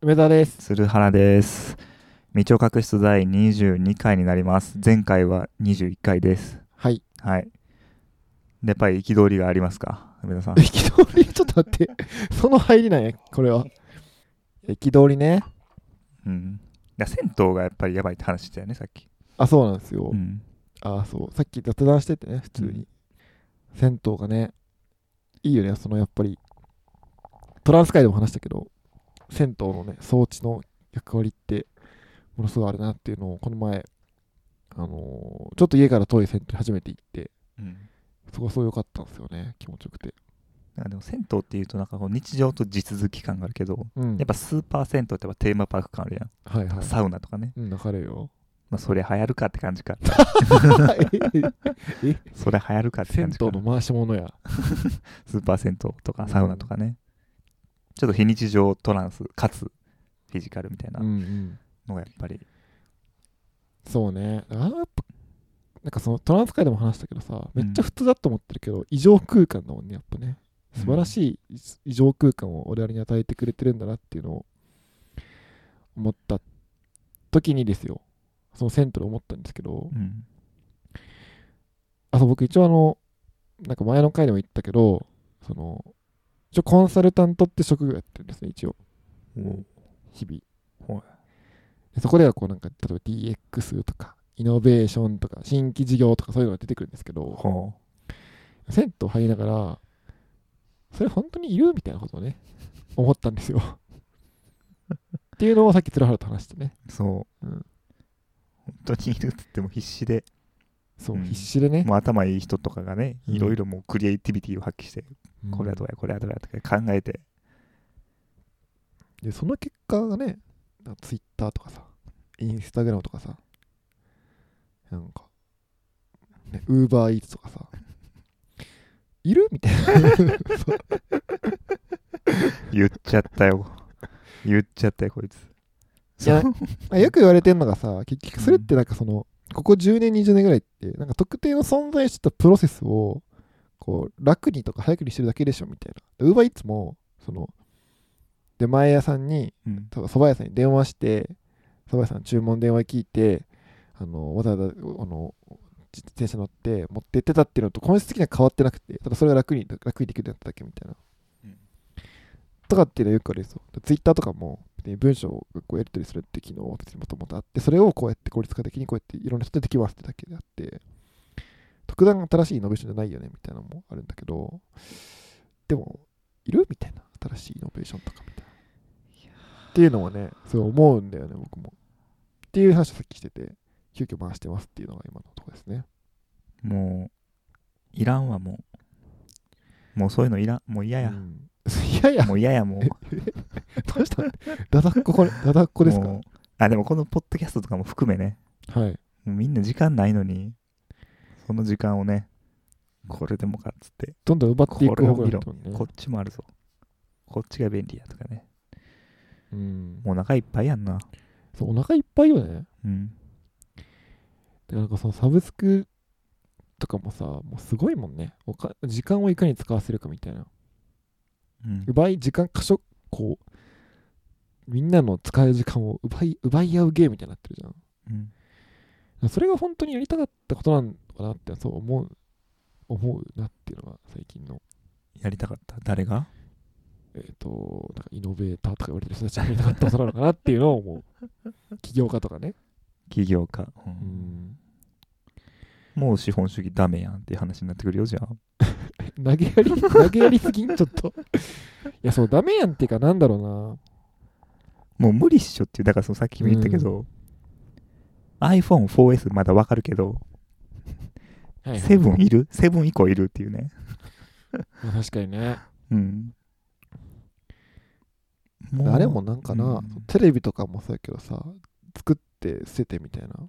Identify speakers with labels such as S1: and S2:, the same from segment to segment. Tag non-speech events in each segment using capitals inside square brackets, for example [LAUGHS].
S1: 梅田です。
S2: 鶴原です道を隠す第22回になります前回は21回です
S1: はい。
S2: はいでやっぱり憤りがありますか梅田さん
S1: 憤り、ちょっと待って。その入りなんや、これは。憤りね。
S2: うんいや銭湯がやっぱりやばいって話したよねさっき、
S1: あ、そうなんですよ。
S2: うん、
S1: あ、そう。さっき雑談しててね、普通に。銭湯がね、いいよね、そのやっぱり。トランス界でも話したけど、銭湯のね、装置の役割って、ものすごいあるなっていうのを、この前、あのーちょっと家から遠い銭湯に初めて行って、
S2: うん、
S1: そこがすごい良かったんですよね、気持ちよくて。
S2: なんかでも銭湯っていうとなんかこう日常と地続き感があるけど
S1: うん。
S2: やっぱスーパー銭湯ってやっぱテーマパーク感あるやん、
S1: はいはい。
S2: サウナとかね、
S1: うん、流れる [LAUGHS] よ。
S2: まあ、それ流行るかって感じか
S1: え
S2: それ流行るかって感
S1: 銭
S2: じか
S1: 湯の回し物や。
S2: スーパー銭湯とかサウナとかね、ちょっと非日常トランスかつフィジカルみたいな
S1: うんうん。
S2: のがやっぱり、
S1: そうね。あーやっぱなんかそのトランス界でも話したけどさ、
S2: う
S1: め
S2: ん
S1: っちゃ普通だと思ってるけど、異常空間だもんね、やっぱね。素晴ら
S2: い、
S1: しい異常空間を我々に与えてくれてるんだなっていうのを思った時にですよ。その銭湯で思ったんですけど、
S2: うん
S1: あ、そう、僕一応あの、なんか前の回でも言ったけど、その、一応コンサルタントって職業やってるんですね、一応。日々、
S2: は
S1: でそこではこうなんか例えば DX とかイノベーションとか新規事業とかそういうのが出てくるんですけど
S2: ほ
S1: 銭湯入りながらそれ本当にいるみたいなことをね思ったんですよっていうのをさっき鶴原と話してね
S2: うそう、
S1: うん
S2: 本当にいるって言っても必死で
S1: そう、
S2: うん
S1: 必死でね、
S2: もう頭いい人とかがね
S1: うん
S2: いろいろもうクリエイティビティを発揮して、これはどうやこれはどうやとか考えて、
S1: でその結果がねツイッターとかさインスタグラムとかさなんかウーバーイーツとかさいるみたいな
S2: 言っちゃっ
S1: [LAUGHS]
S2: たよ言っちゃったよこいつ
S1: いや
S2: そう
S1: まあよく言われてるのがさ結局それってなんかその、ここ10年20年ぐらいってなんか特定の存在してたプロセスをこう楽にとか早くにしてるだけでしょみたいなウーバーイーツもその出前屋さんに
S2: うん
S1: そば屋さんに電話してそば屋さんの注文電話聞いてあのわざわざあの自転車乗って持ってってたっていうのと本質的には変わってなくてただそれが楽に楽にできるようになっただけみたいな、
S2: うん
S1: とかっていうのはよくあるんですよツイッターとかも別に文章をこうやり取りするって機能は別にもともとあってそれをこうやって効率化的にこうやっていろんな人でできますってだけであって特段新しいイノベーションじゃないよねみたいなのもあるんだけどでもいるみたいな新しいイノベーションとかみたいなっていうのはねそう思うんだよね僕もっていう話をさっきしてて急遽回してますっていうのが今のところですね
S2: もういらんわもうもうそういうのいらんもう嫌や
S1: う、ん [LAUGHS] いやいや
S2: もう嫌やもう
S1: どうしたのだだっここれだだっこですか
S2: もうあでもこのポッドキャストとかも含めね
S1: はい
S2: もうみんな時間ないのにその時間をねこれでもかっつって
S1: どんどん奪っていく方
S2: こ
S1: が
S2: れを
S1: いい
S2: 見
S1: と
S2: ろ
S1: 思うね
S2: こっちもあるぞこっちが便利やとかね
S1: うん
S2: もうお腹いっぱいやんな
S1: そうお腹いっぱいよね
S2: うん
S1: でなんかそのサブスクとかもさもうすごいもんねおか時間をいかに使わせるかみたいな
S2: うん
S1: 奪い時間箇所こうみんなの使う時間を奪い奪い合うゲームみたいになってるじゃん
S2: うん
S1: それが本当にやりたかったことなのかなってそう思う思うなっていうのが最近の、
S2: やりたかった誰が
S1: えー、となんかイノベーターとか言われてる人たちがやりたかったことなのかなっていうのを思う [LAUGHS] 起業家とかね
S2: 起業家、う
S1: うんん
S2: もう資本主義ダメやんっていう話になってくるよじゃあ
S1: 投げやり [LAUGHS] 投げやりすぎんちょっといやそうダメやんっていうかなんだろうな
S2: もう無理っしょっていうだからそのさっきも言ったけど、iPhone4S まだわかるけど、
S1: はいはい、
S2: セブンいるセブン以降いるっていうね
S1: まあ確かにね
S2: うんう
S1: あれもなんかな、
S2: うん
S1: テレビとかもそうやけどさ作って捨ててみたいな、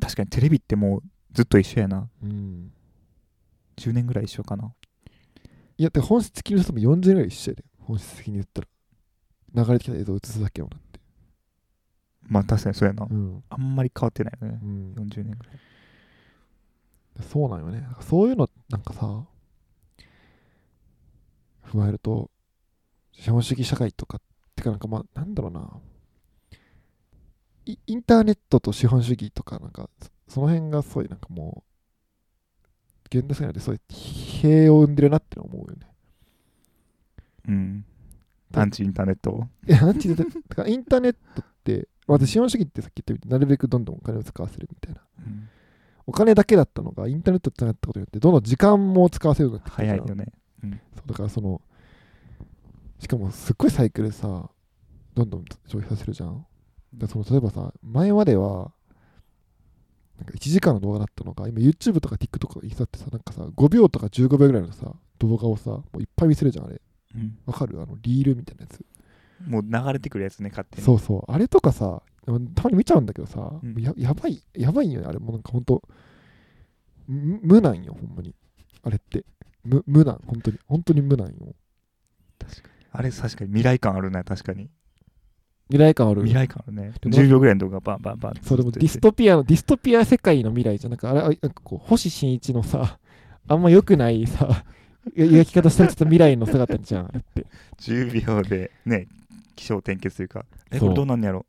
S2: 確かにテレビってもうずっと一緒やな
S1: うん、
S2: 10年ぐらい一緒かない
S1: やで本質的に言うとも40年ぐらい一緒やで本質的に言ったら流れてきた映像を映すだけよなって
S2: まあ確かにそうやな、
S1: うん、
S2: あんまり変わってないよね
S1: うん、
S2: 40年ぐらい
S1: そうなんよねなんかそういうのなんかさ踏まえると資本主義社会とかってかなんかまあなんだろうないインターネットと資本主義とかなんかそその辺がすごいなんかもう現代社会でそういう疲弊を生んでるなってのは思うよね。
S2: うん。アンチインターネット。
S1: いやなんて言うの [LAUGHS] だからインターネットってまず資本主義ってさっき言ったみたいになるべくどんどんお金を使わせるみたいな
S2: うん
S1: お金だけだったのがインターネットってなったことによってどんどん時間も使わせるようになってきたじ
S2: 早
S1: ゃ
S2: い
S1: ん
S2: よね。
S1: そうだからそのしかもすっごいサイクルさどんどん消費させるじゃんだからその例えばさ前まではなんか1時間の動画だったのが今 YouTube とか TikTok とかインスタってさなんかさ5秒とか15秒ぐらいのさ動画をさもういっぱい見せるじゃんあれ
S2: うん
S1: わかるあのリールみたいなやつ、
S2: もう流れてくるやつね、勝手に。
S1: そうそうあれとかさたまに見ちゃうんだけどさ、
S2: うん
S1: もうややばいやばいよねあれもうなんかほんとむ無なんよほんまにあれって無無なん本当に本当に無なんよ
S2: あれ確かに未来感あるね、確かに。
S1: 未来感ある
S2: 未来感あるね。
S1: でも
S2: 10秒ぐらいの動画バンバンバンって
S1: そうでも
S2: ず
S1: デ
S2: っ
S1: ィス
S2: とやって
S1: トピアのディストピア世界の未来じゃなくあれあなんかこう星新一のさあんま良くないさや描き方したらちょっと未来の姿じゃんあれって
S2: 10秒でね、気象転結というか、え、
S1: そう
S2: これどうなんねやろ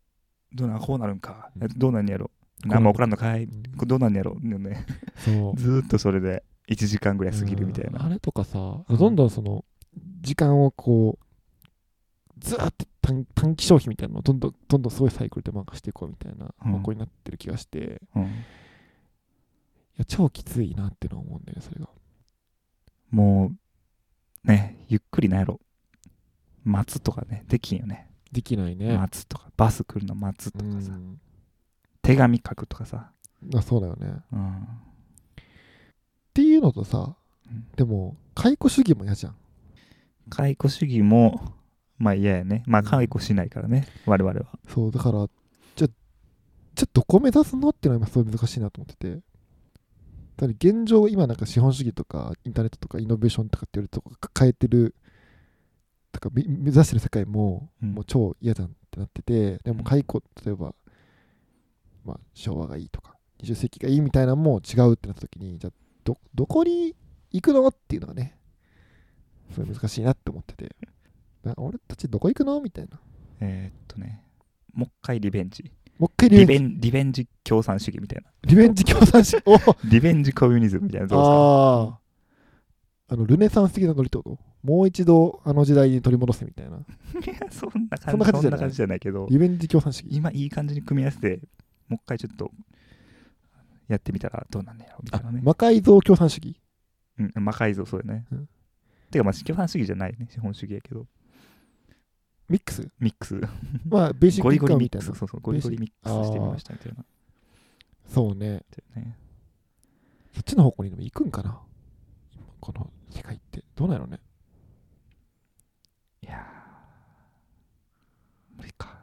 S2: どうなんこうなるんか。えどうなんねやろ
S1: うん
S2: 何も起こらんのかい
S1: うん
S2: これどうなんねやろねね
S1: そう
S2: ずーっとそれで1時間ぐらい過ぎるみたい
S1: うんあ
S2: な。
S1: れとかさ
S2: うん
S1: どんどんその時間をこうずーっと短短期消費みたいなのをどんどんどんどんすごいサイクルで回していこうみたいな
S2: うん
S1: 方向になってる気がして、い
S2: うん
S1: や超きついなってのは思うんだよねそれが
S2: もう、ね、ゆっくりなんやろ。待つとかね、できんよね。
S1: できないね、
S2: 待つとか、バス来るの待つ
S1: う
S2: とかさ、
S1: ん
S2: 手紙書くとかさ。
S1: あそうだよねっ
S2: うん
S1: ていうのとさ
S2: うん
S1: でも解雇主義も嫌じゃん
S2: 解雇主義も、まあ嫌やね。まあ
S1: うん
S2: 解雇しないからね、我々は。
S1: そうだからじゃじゃあどこ目指すのっていうのは今すごい難しいなと思っててだから現状今なんか資本主義とかインターネットとかイノベーションとかって言われるとこ変えてるとかみ目指してる世界も、
S2: うん
S1: もう超嫌じゃんってなっててでも解雇例えば、まあ、昭和がいいとか20世紀がいいみたいなのも違うってなった時にじゃあどどこに行くのっていうのがねすごい難しいなって思っててな俺たちどこ行くのみたいな
S2: えーっとね、もう一回リベンジ。
S1: もう一回リベ
S2: リ
S1: ンジ
S2: ベンリベンジ共産主義みたいな。
S1: リベンジ共産主義。お
S2: リベンジコミュニズムみたいな。どうですか
S1: ああ。あの、ルネサンス的なノリってこともう一度あの時代に取り戻せみたいな。
S2: いや [LAUGHS] そんな
S1: そ
S2: 感
S1: ん
S2: じ
S1: な感じじ
S2: そ
S1: ゃない
S2: んな感じじゃないけど、
S1: リベンジ共産主義。
S2: 今いい感じに組み合わせて、もう一回ちょっとやってみたらどうなんねやろみた
S1: あ
S2: いなね。
S1: 魔改造共産主義。
S2: うん、魔改造、そうだね。
S1: うん
S2: てか、まあ、共産主義じゃないね、資本主義やけど、
S1: ミックス。
S2: ミックス。
S1: まあ、ベーシッ
S2: ゴ
S1: クイ
S2: リ
S1: ンカ
S2: ゴ
S1: ム
S2: リ
S1: み
S2: ミ
S1: た
S2: ッ
S1: い
S2: ク
S1: な
S2: ス。。そうそう、ゴリゴリミックスしてみましたみたいな。
S1: そうね。
S2: だよね
S1: そっちの方向にでも行くんかな。この世界って。どうなのね。
S2: いやー無理か。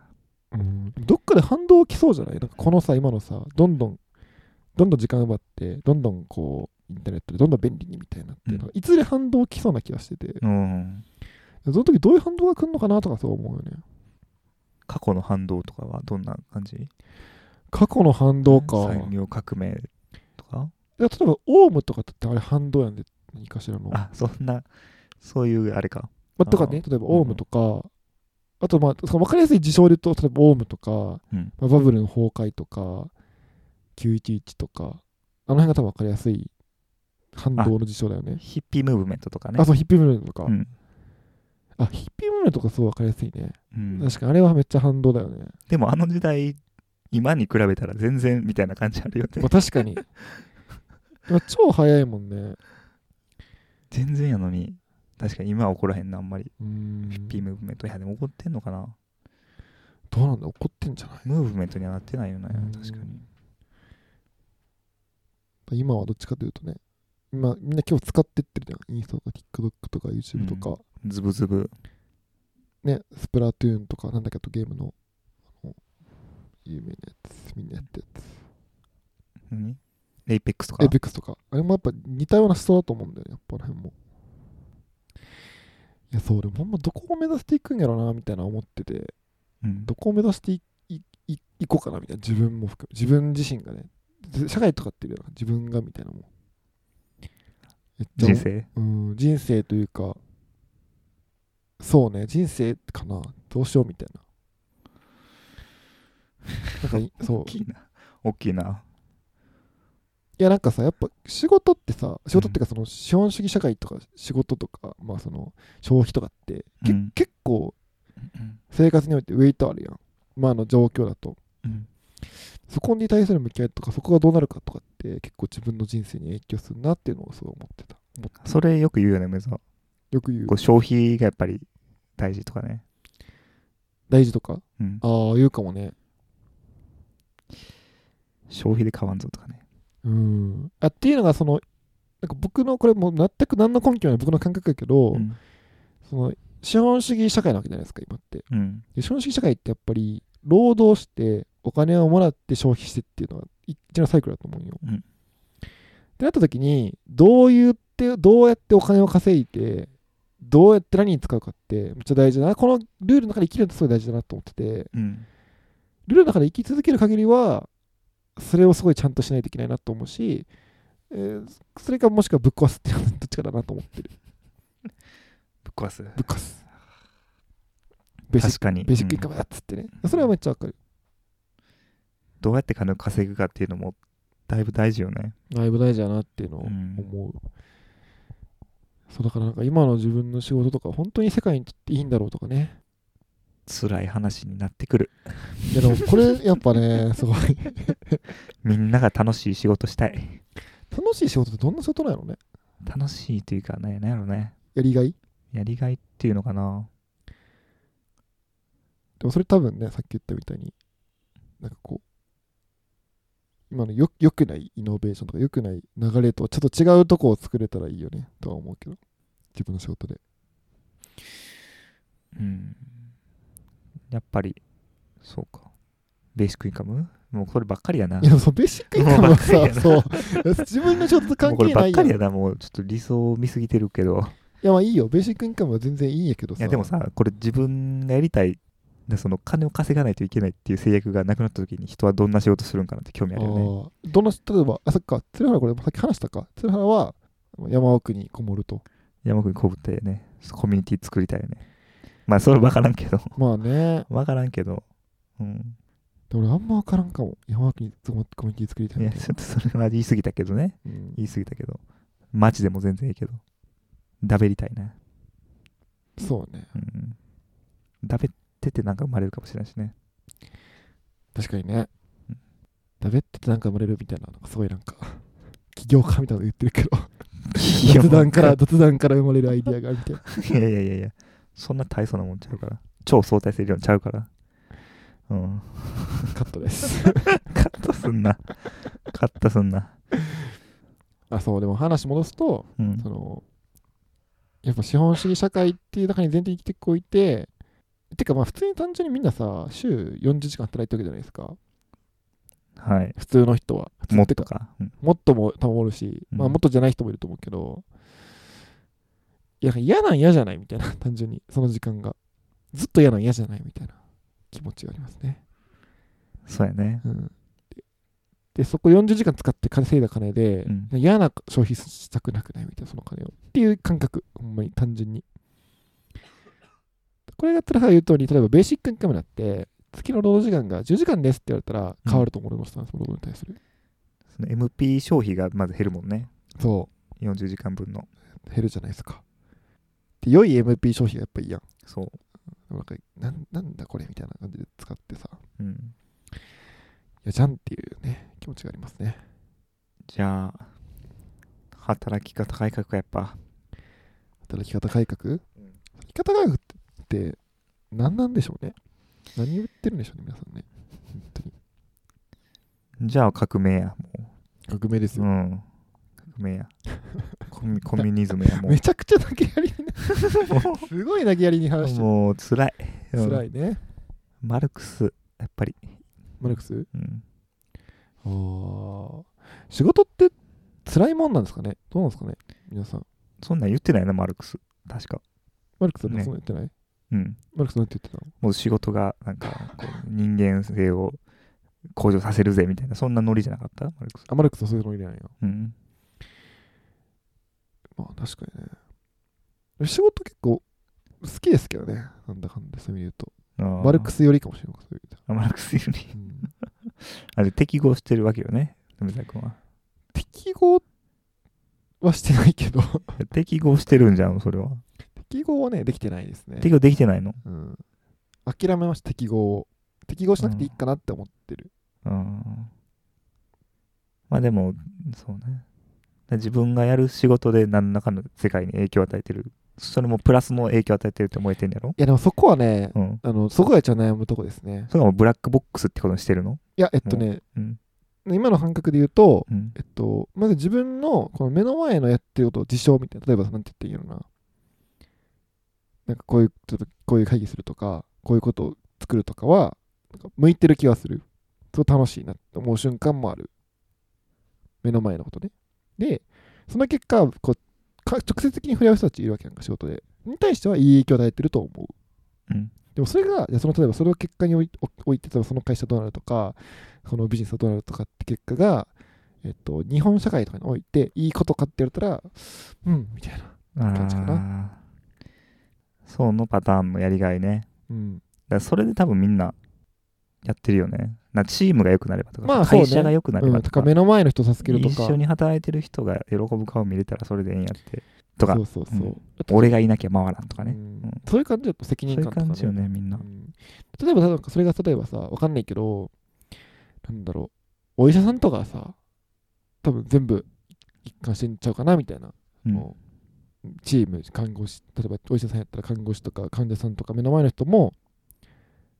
S1: うん。どっかで反動起きそうじゃないなんかこのさ、今のさ、どんどん、どんどん時間奪って、どんどんこう、インターネットでどんどん便利にみたいなっていうのが、
S2: う
S1: いずれ反動起きそうな気がしてて、
S2: うん。
S1: その時どういう反動が来るのかなとかそう思うよね。
S2: 過去の反動とかはどんな感じ
S1: 過去の反動か。
S2: 産業革命とか
S1: いや例えばオウムとかだってあれ反動やんで何かしらの。ま
S2: あ、そんな、そういうあれか。
S1: あ、とかね例えばオウムとか、あとまあその分かりやすい事象で言うと例えばオウムとか、
S2: うん
S1: まあバブルの崩壊とか911とかあの辺が多分分かりやすい反動の事象だよね。
S2: ヒッピームーブメントとか
S1: あ,、
S2: ね。
S1: そうヒッピームーブメントとか、
S2: うん。
S1: あヒッピームーブメントとかすごい分かりやすいね。
S2: うん
S1: 確かにあれはめっちゃ反動だよ
S2: [LAUGHS]
S1: ね。
S2: でもあの時代、今に比べたら全然みたいな感じあるよ
S1: [LAUGHS]
S2: ね
S1: ま。あ、確
S2: [LAUGHS]
S1: かに。まあ超早いもんね。
S2: 全然やのに、確かに今は怒らへんな、あんまり。
S1: うん
S2: ヒッピームーブメント。いや、でも怒ってんのかな。
S1: どうなんだ怒ってんじゃない
S2: ムーブメントにはなってないよね
S1: うん、
S2: 確かに。
S1: 今はどっちかというとね、今みんな今日使ってってるじゃん。インスタとか TikTok とか YouTube とか、
S2: ズブズブ。
S1: ね、スプラトゥーンとか、なんだっけあとゲームの、あの有名なやつ、みんなやってるやつ。
S2: 何エイペックスとか
S1: エ。ペックスとか。あれもやっぱ似たような思想だと思うんだよね、やっぱあの辺も。いや、そう、でもほんまどこを目指していくんやろな、みたいな思ってて、
S2: うん
S1: どこを目指していいいいこうかな、みたいな。自分も含め、自分自身がね、ず社会とかっていうよりは自分がみたいなもん。めっちゃ思う
S2: 人生
S1: うん、人生というか、そうね、人生かな、どうしようみたいな。なんか
S2: [LAUGHS]
S1: い、そう
S2: 大。きいな。大きいな。
S1: いやなんかさやっぱ仕事ってさ仕事っていうかその資本主義社会とか仕事とか、まあその消費とかって、け
S2: うん
S1: 結構生活においてウェイトあるやん今の状況だと
S2: うん
S1: そこに対する向き合いとかそこがどうなるかとかって結構自分の人生に影響するなっていうのをすごい思ってた思っ
S2: それよく言うよね、梅沢。
S1: よく言う
S2: こう消費がやっぱり大事とかね。
S1: 大事とか
S2: うん、
S1: ああ言うかもね
S2: 消費で買わんぞとかね。
S1: うんあっていうのがそのなんか僕のこれもう全く何の根拠もない僕の感覚やけど、
S2: うん
S1: その資本主義社会なわけじゃないですか今って
S2: うん。
S1: で資本主義社会ってやっぱり労働してお金をもらって消費してっていうのは一致のサイクルだと思うよ。
S2: うん
S1: ってなった時にどう言ってどうやってお金を稼いでどうやって何に使うかってめっちゃ大事だなこのルールの中で生きるのってすごい大事だなと思ってて
S2: うん。
S1: ルールの中で生き続ける限りはそれをすごいちゃんとしないといけないなと思うし、えーそれかもしくはぶっ壊すっていうのはど [LAUGHS] っちかだなと思ってる
S2: ぶっ壊す。
S1: ぶっ壊すベーシッ
S2: 確かに。
S1: クベーシックイン
S2: う
S1: カ
S2: ん
S1: ムだっつってね、それはめっちゃわかる
S2: どうやって金を稼ぐかっていうのもだいぶ大事よね。
S1: だいぶ大事だなっていうのを
S2: うん
S1: 思う、そうだからなんか今の自分の仕事とか本当に世界にとっていいんだろうとか
S2: [LAUGHS]
S1: ね
S2: 辛い話になってくる。
S1: いやでもこれやっぱねすごい
S2: みんなが楽しい仕事したい。
S1: 楽しい仕事ってどんな仕事なのね
S2: 楽しいというかね、なんやろね。
S1: やりがい
S2: やりがいっていうのかな。
S1: でもそれ多分ねさっき言ったみたいになんかこう今のよ良くないイノベーションとか良くない流れとちょっと違うとこを作れたらいいよねとは思うけど自分の仕事で
S2: うん。やっぱり、そうか。ベーシックインカムもうこればっかりやな。
S1: いやそのベーシックインカムは
S2: もうばっ
S1: さ
S2: かり
S1: そう自分の仕事と関
S2: もうこれ
S1: 係
S2: ば
S1: な
S2: っ
S1: い
S2: か
S1: やん
S2: り
S1: い
S2: やな。もうちょっと理想を見すぎてるけど。
S1: やまあいいよベーシックインカムは全然いいんやけど
S2: い
S1: さ
S2: やでもさ、これ自分がやりたい、でその金を稼がないといけないっていう制約がなくなった時に人はどんな仕事するんかなって興味あるよね。
S1: あーどの例えばあそっか鶴原これさっき話したか鶴原は山奥にこもると
S2: 山国こぶってね、コミュニティ作りたいよね。まあそれは分からんけど。 [LAUGHS]
S1: まあね
S2: 分からんけど。うん。
S1: で俺あんま分からんかも山奥にこもってコミュニティ作りたい
S2: い
S1: み
S2: や、
S1: たいな
S2: ちょっとそれは言い過ぎたけどね。
S1: うん
S2: 言い過ぎたけど。街でも全然いいけど。だべりたいな。
S1: そうね
S2: うん。だべっててなんか生まれるかもしれないしね。
S1: 確かにね
S2: うん
S1: 食べっててなんか生まれるみたいななんかすごいなんか起業家みたいなの言ってるけど
S2: いや
S1: [LAUGHS] 雑談から
S2: も
S1: 雑談から生まれるアイデアがみたいな
S2: ういやいやいやいや。そんな大層なもんちゃうから。超相対性理論ちゃうから。うん。
S1: カットです
S2: [LAUGHS] カットすんな。カットすんな。
S1: あそうでも話戻すと
S2: うん
S1: そ。のやっぱ資本主義社会っていう中に前提に生きてこいててかまあ普通に単純にみんなさ週40時間働いてるわけじゃないですか
S2: はい。
S1: 普通の人は普通
S2: もってと
S1: か
S2: か。うん
S1: もっとも多分おるし、
S2: うん
S1: まあ、もっとじゃない人もいると思うけど、いや嫌なん嫌じゃないみたいな単純にその時間がずっと嫌なん嫌じゃないみたいな気持ちがありますね、
S2: そうやね。
S1: うん、ででそこ40時間使って稼いだ金で、
S2: うん
S1: 嫌な消費したくなくないみたいなその金をっていう感覚ほんまに単純にこれが鶴原が言う通り例えばベーシックインカムだって月の労働時間が10時間ですって言われたら変わると思うのスタンス労働に対する、
S2: その MP 消費がまず減るもんね。
S1: そう
S2: 40時間分の。
S1: 減るじゃないですか。で、良い MP 消費がやっぱいいやん。
S2: そ。
S1: なんかなんなんだこれみたいな感じで使ってさ、いう
S2: うん。
S1: やじゃんっていうね、気持ちがありますね。
S2: じゃあ、働き方改革がやっぱ。
S1: 働き方改革、働き方改革ってって何なんでしょうね。何言ってるんでしょうね、皆さんね。本当に。
S2: じゃあ革命や。も
S1: 革命です
S2: う。う
S1: よ。
S2: ん。革命や。コミコミュニズムや。もう
S1: めちゃくちゃ投げやりに、すごい投げやりに話してる。
S2: もう辛い。うん
S1: 辛いね。
S2: マルクス、やっぱり。
S1: マルクス
S2: うん。
S1: あー仕事って辛いもんなんですかねどうなんですかね皆さん。
S2: そんなん言ってないな、マルクス。確か。
S1: マルクスはそんな
S2: ね
S1: 言ってない、
S2: うん。
S1: マルクスなんて言ってたの
S2: もう仕事が、なんか、こう人間性を向上させるぜ、みたいな。そんなノリじゃなかったマルクス。
S1: あ、マルクスはそういうのいれないよ。
S2: うん。
S1: まあ確かにね。仕事結構好きですけどね、なんだかんだ、そういう意味で
S2: あ
S1: 言う
S2: ー
S1: と。マルクスよりかもしれない。そういう意味で
S2: あマルクスより
S1: はうん
S2: あれ適合してるわけよね富澤君は
S1: 適合はしてないけど、 [LAUGHS]
S2: 適合してるんじゃんそれは
S1: 適合はね、できてないですね。
S2: 適合できてないの
S1: うん、諦めました、適合を。適合しなくていいかなって思ってる。
S2: うんまあでもそうね自分がやる仕事で何らかの世界に影響を与えてるそれもプラスの影響を与えてるって思えてんやろ
S1: いや、でもそこはね、
S2: うん
S1: あのそこが一応悩むとこですね。
S2: それがもうブラックボックスってことにしてるの
S1: いや、えっとね、
S2: うん
S1: 今の感覚で言うと、
S2: うん
S1: えっと、まず自分のこの目の前のやってることを事象みたいな、例えばなんて言っていいのかな。なんかこういう、ちょっとこういう会議するとか、こういうことを作るとかは、なんか向いてる気がする。すごい楽しいなって思う瞬間もある。目の前のことね。で、その結果、こうか直接的に触れ合う人たちいるわけやんか、仕事で。に対してはいい影響を与えてると思う。
S2: うん
S1: でもそれが、じゃあその例えばそれを結果に置い置いて、例えばその会社どうなるとか、そのビジネスはどうなるとかって結果が、えっと、日本社会とかにおいていいことかって言われたら、うん、みたいな。感じか
S2: あーそのパターンのやりがいね
S1: うん、
S2: だからそれで多分みんなやってるよねなチームが良くなればとか、
S1: まあそうね
S2: 会社が良くなれ
S1: う
S2: ば
S1: ん、と
S2: とか,、
S1: か目の前の人を助けるとか。
S2: 一緒に働いてる人が喜ぶ顔見れたらそれでええんやってとか
S1: そうそうそう。
S2: うん俺がいなきゃ回らんとか
S1: う
S2: ね、
S1: ん
S2: うん
S1: そういう感じだと責任
S2: そうい
S1: 感
S2: う
S1: とか、
S2: 感じよねみん
S1: う
S2: な、
S1: ん例えば、なんかそれが例えばさ、わかんないけど、なんだろう、お医者さんとかはさ、多分全部一貫してんちゃうかなみたいな。
S2: うん
S1: もうチーム看護師例えばお医者さんやったら看護師とか患者さんとか目の前の人も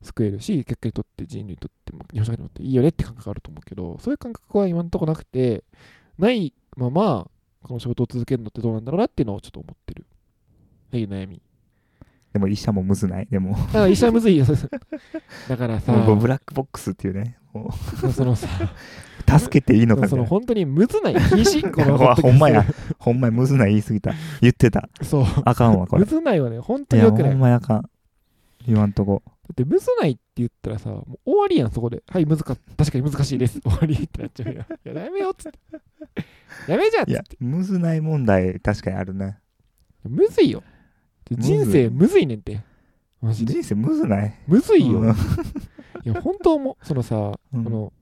S1: 救えるし結果にとって人類にとっても日本社会にとっていいよねって感覚があると思うけどそういう感覚は今のところなくてないままこの仕事を続けるのってどうなんだろうなっていうのをちょっと思ってるっていう悩み
S2: でも医者もむずないでも
S1: だから医者はむずい [LAUGHS] よだからさ
S2: もうブラックボックスっていうねも
S1: そ
S2: [LAUGHS]
S1: のさ
S2: う助けていいのかみた
S1: そ
S2: い
S1: の
S2: な
S1: 本当にむずない禁
S2: [LAUGHS]
S1: 止この
S2: うわほんまや
S1: podcast
S2: ほんまやむずない言い過ぎた言ってた
S1: そう
S2: あかんわこ
S1: [LAUGHS] む
S2: れ
S1: ずないはね本当
S2: い
S1: に
S2: や
S1: よ
S2: ほ
S1: くない
S2: んまやあかん言わんとこ
S1: だって、むずないって言ったらさ、もう終わりやん、そこで。はい、難か、確かに難しいです。 [LAUGHS] 終わりってなっちゃうやん。いや、やめようっつって。やめじゃんっ
S2: い
S1: つ [LAUGHS]
S2: や
S1: って。
S2: むずない問題確かにあるね
S1: むずいよ。
S2: むずい
S1: 人生むずいねんて。マジで。
S2: 人生むずない
S1: むずいよ。 [LAUGHS]
S2: うん
S1: いや、本当もう、そのさ、
S2: うん
S1: この、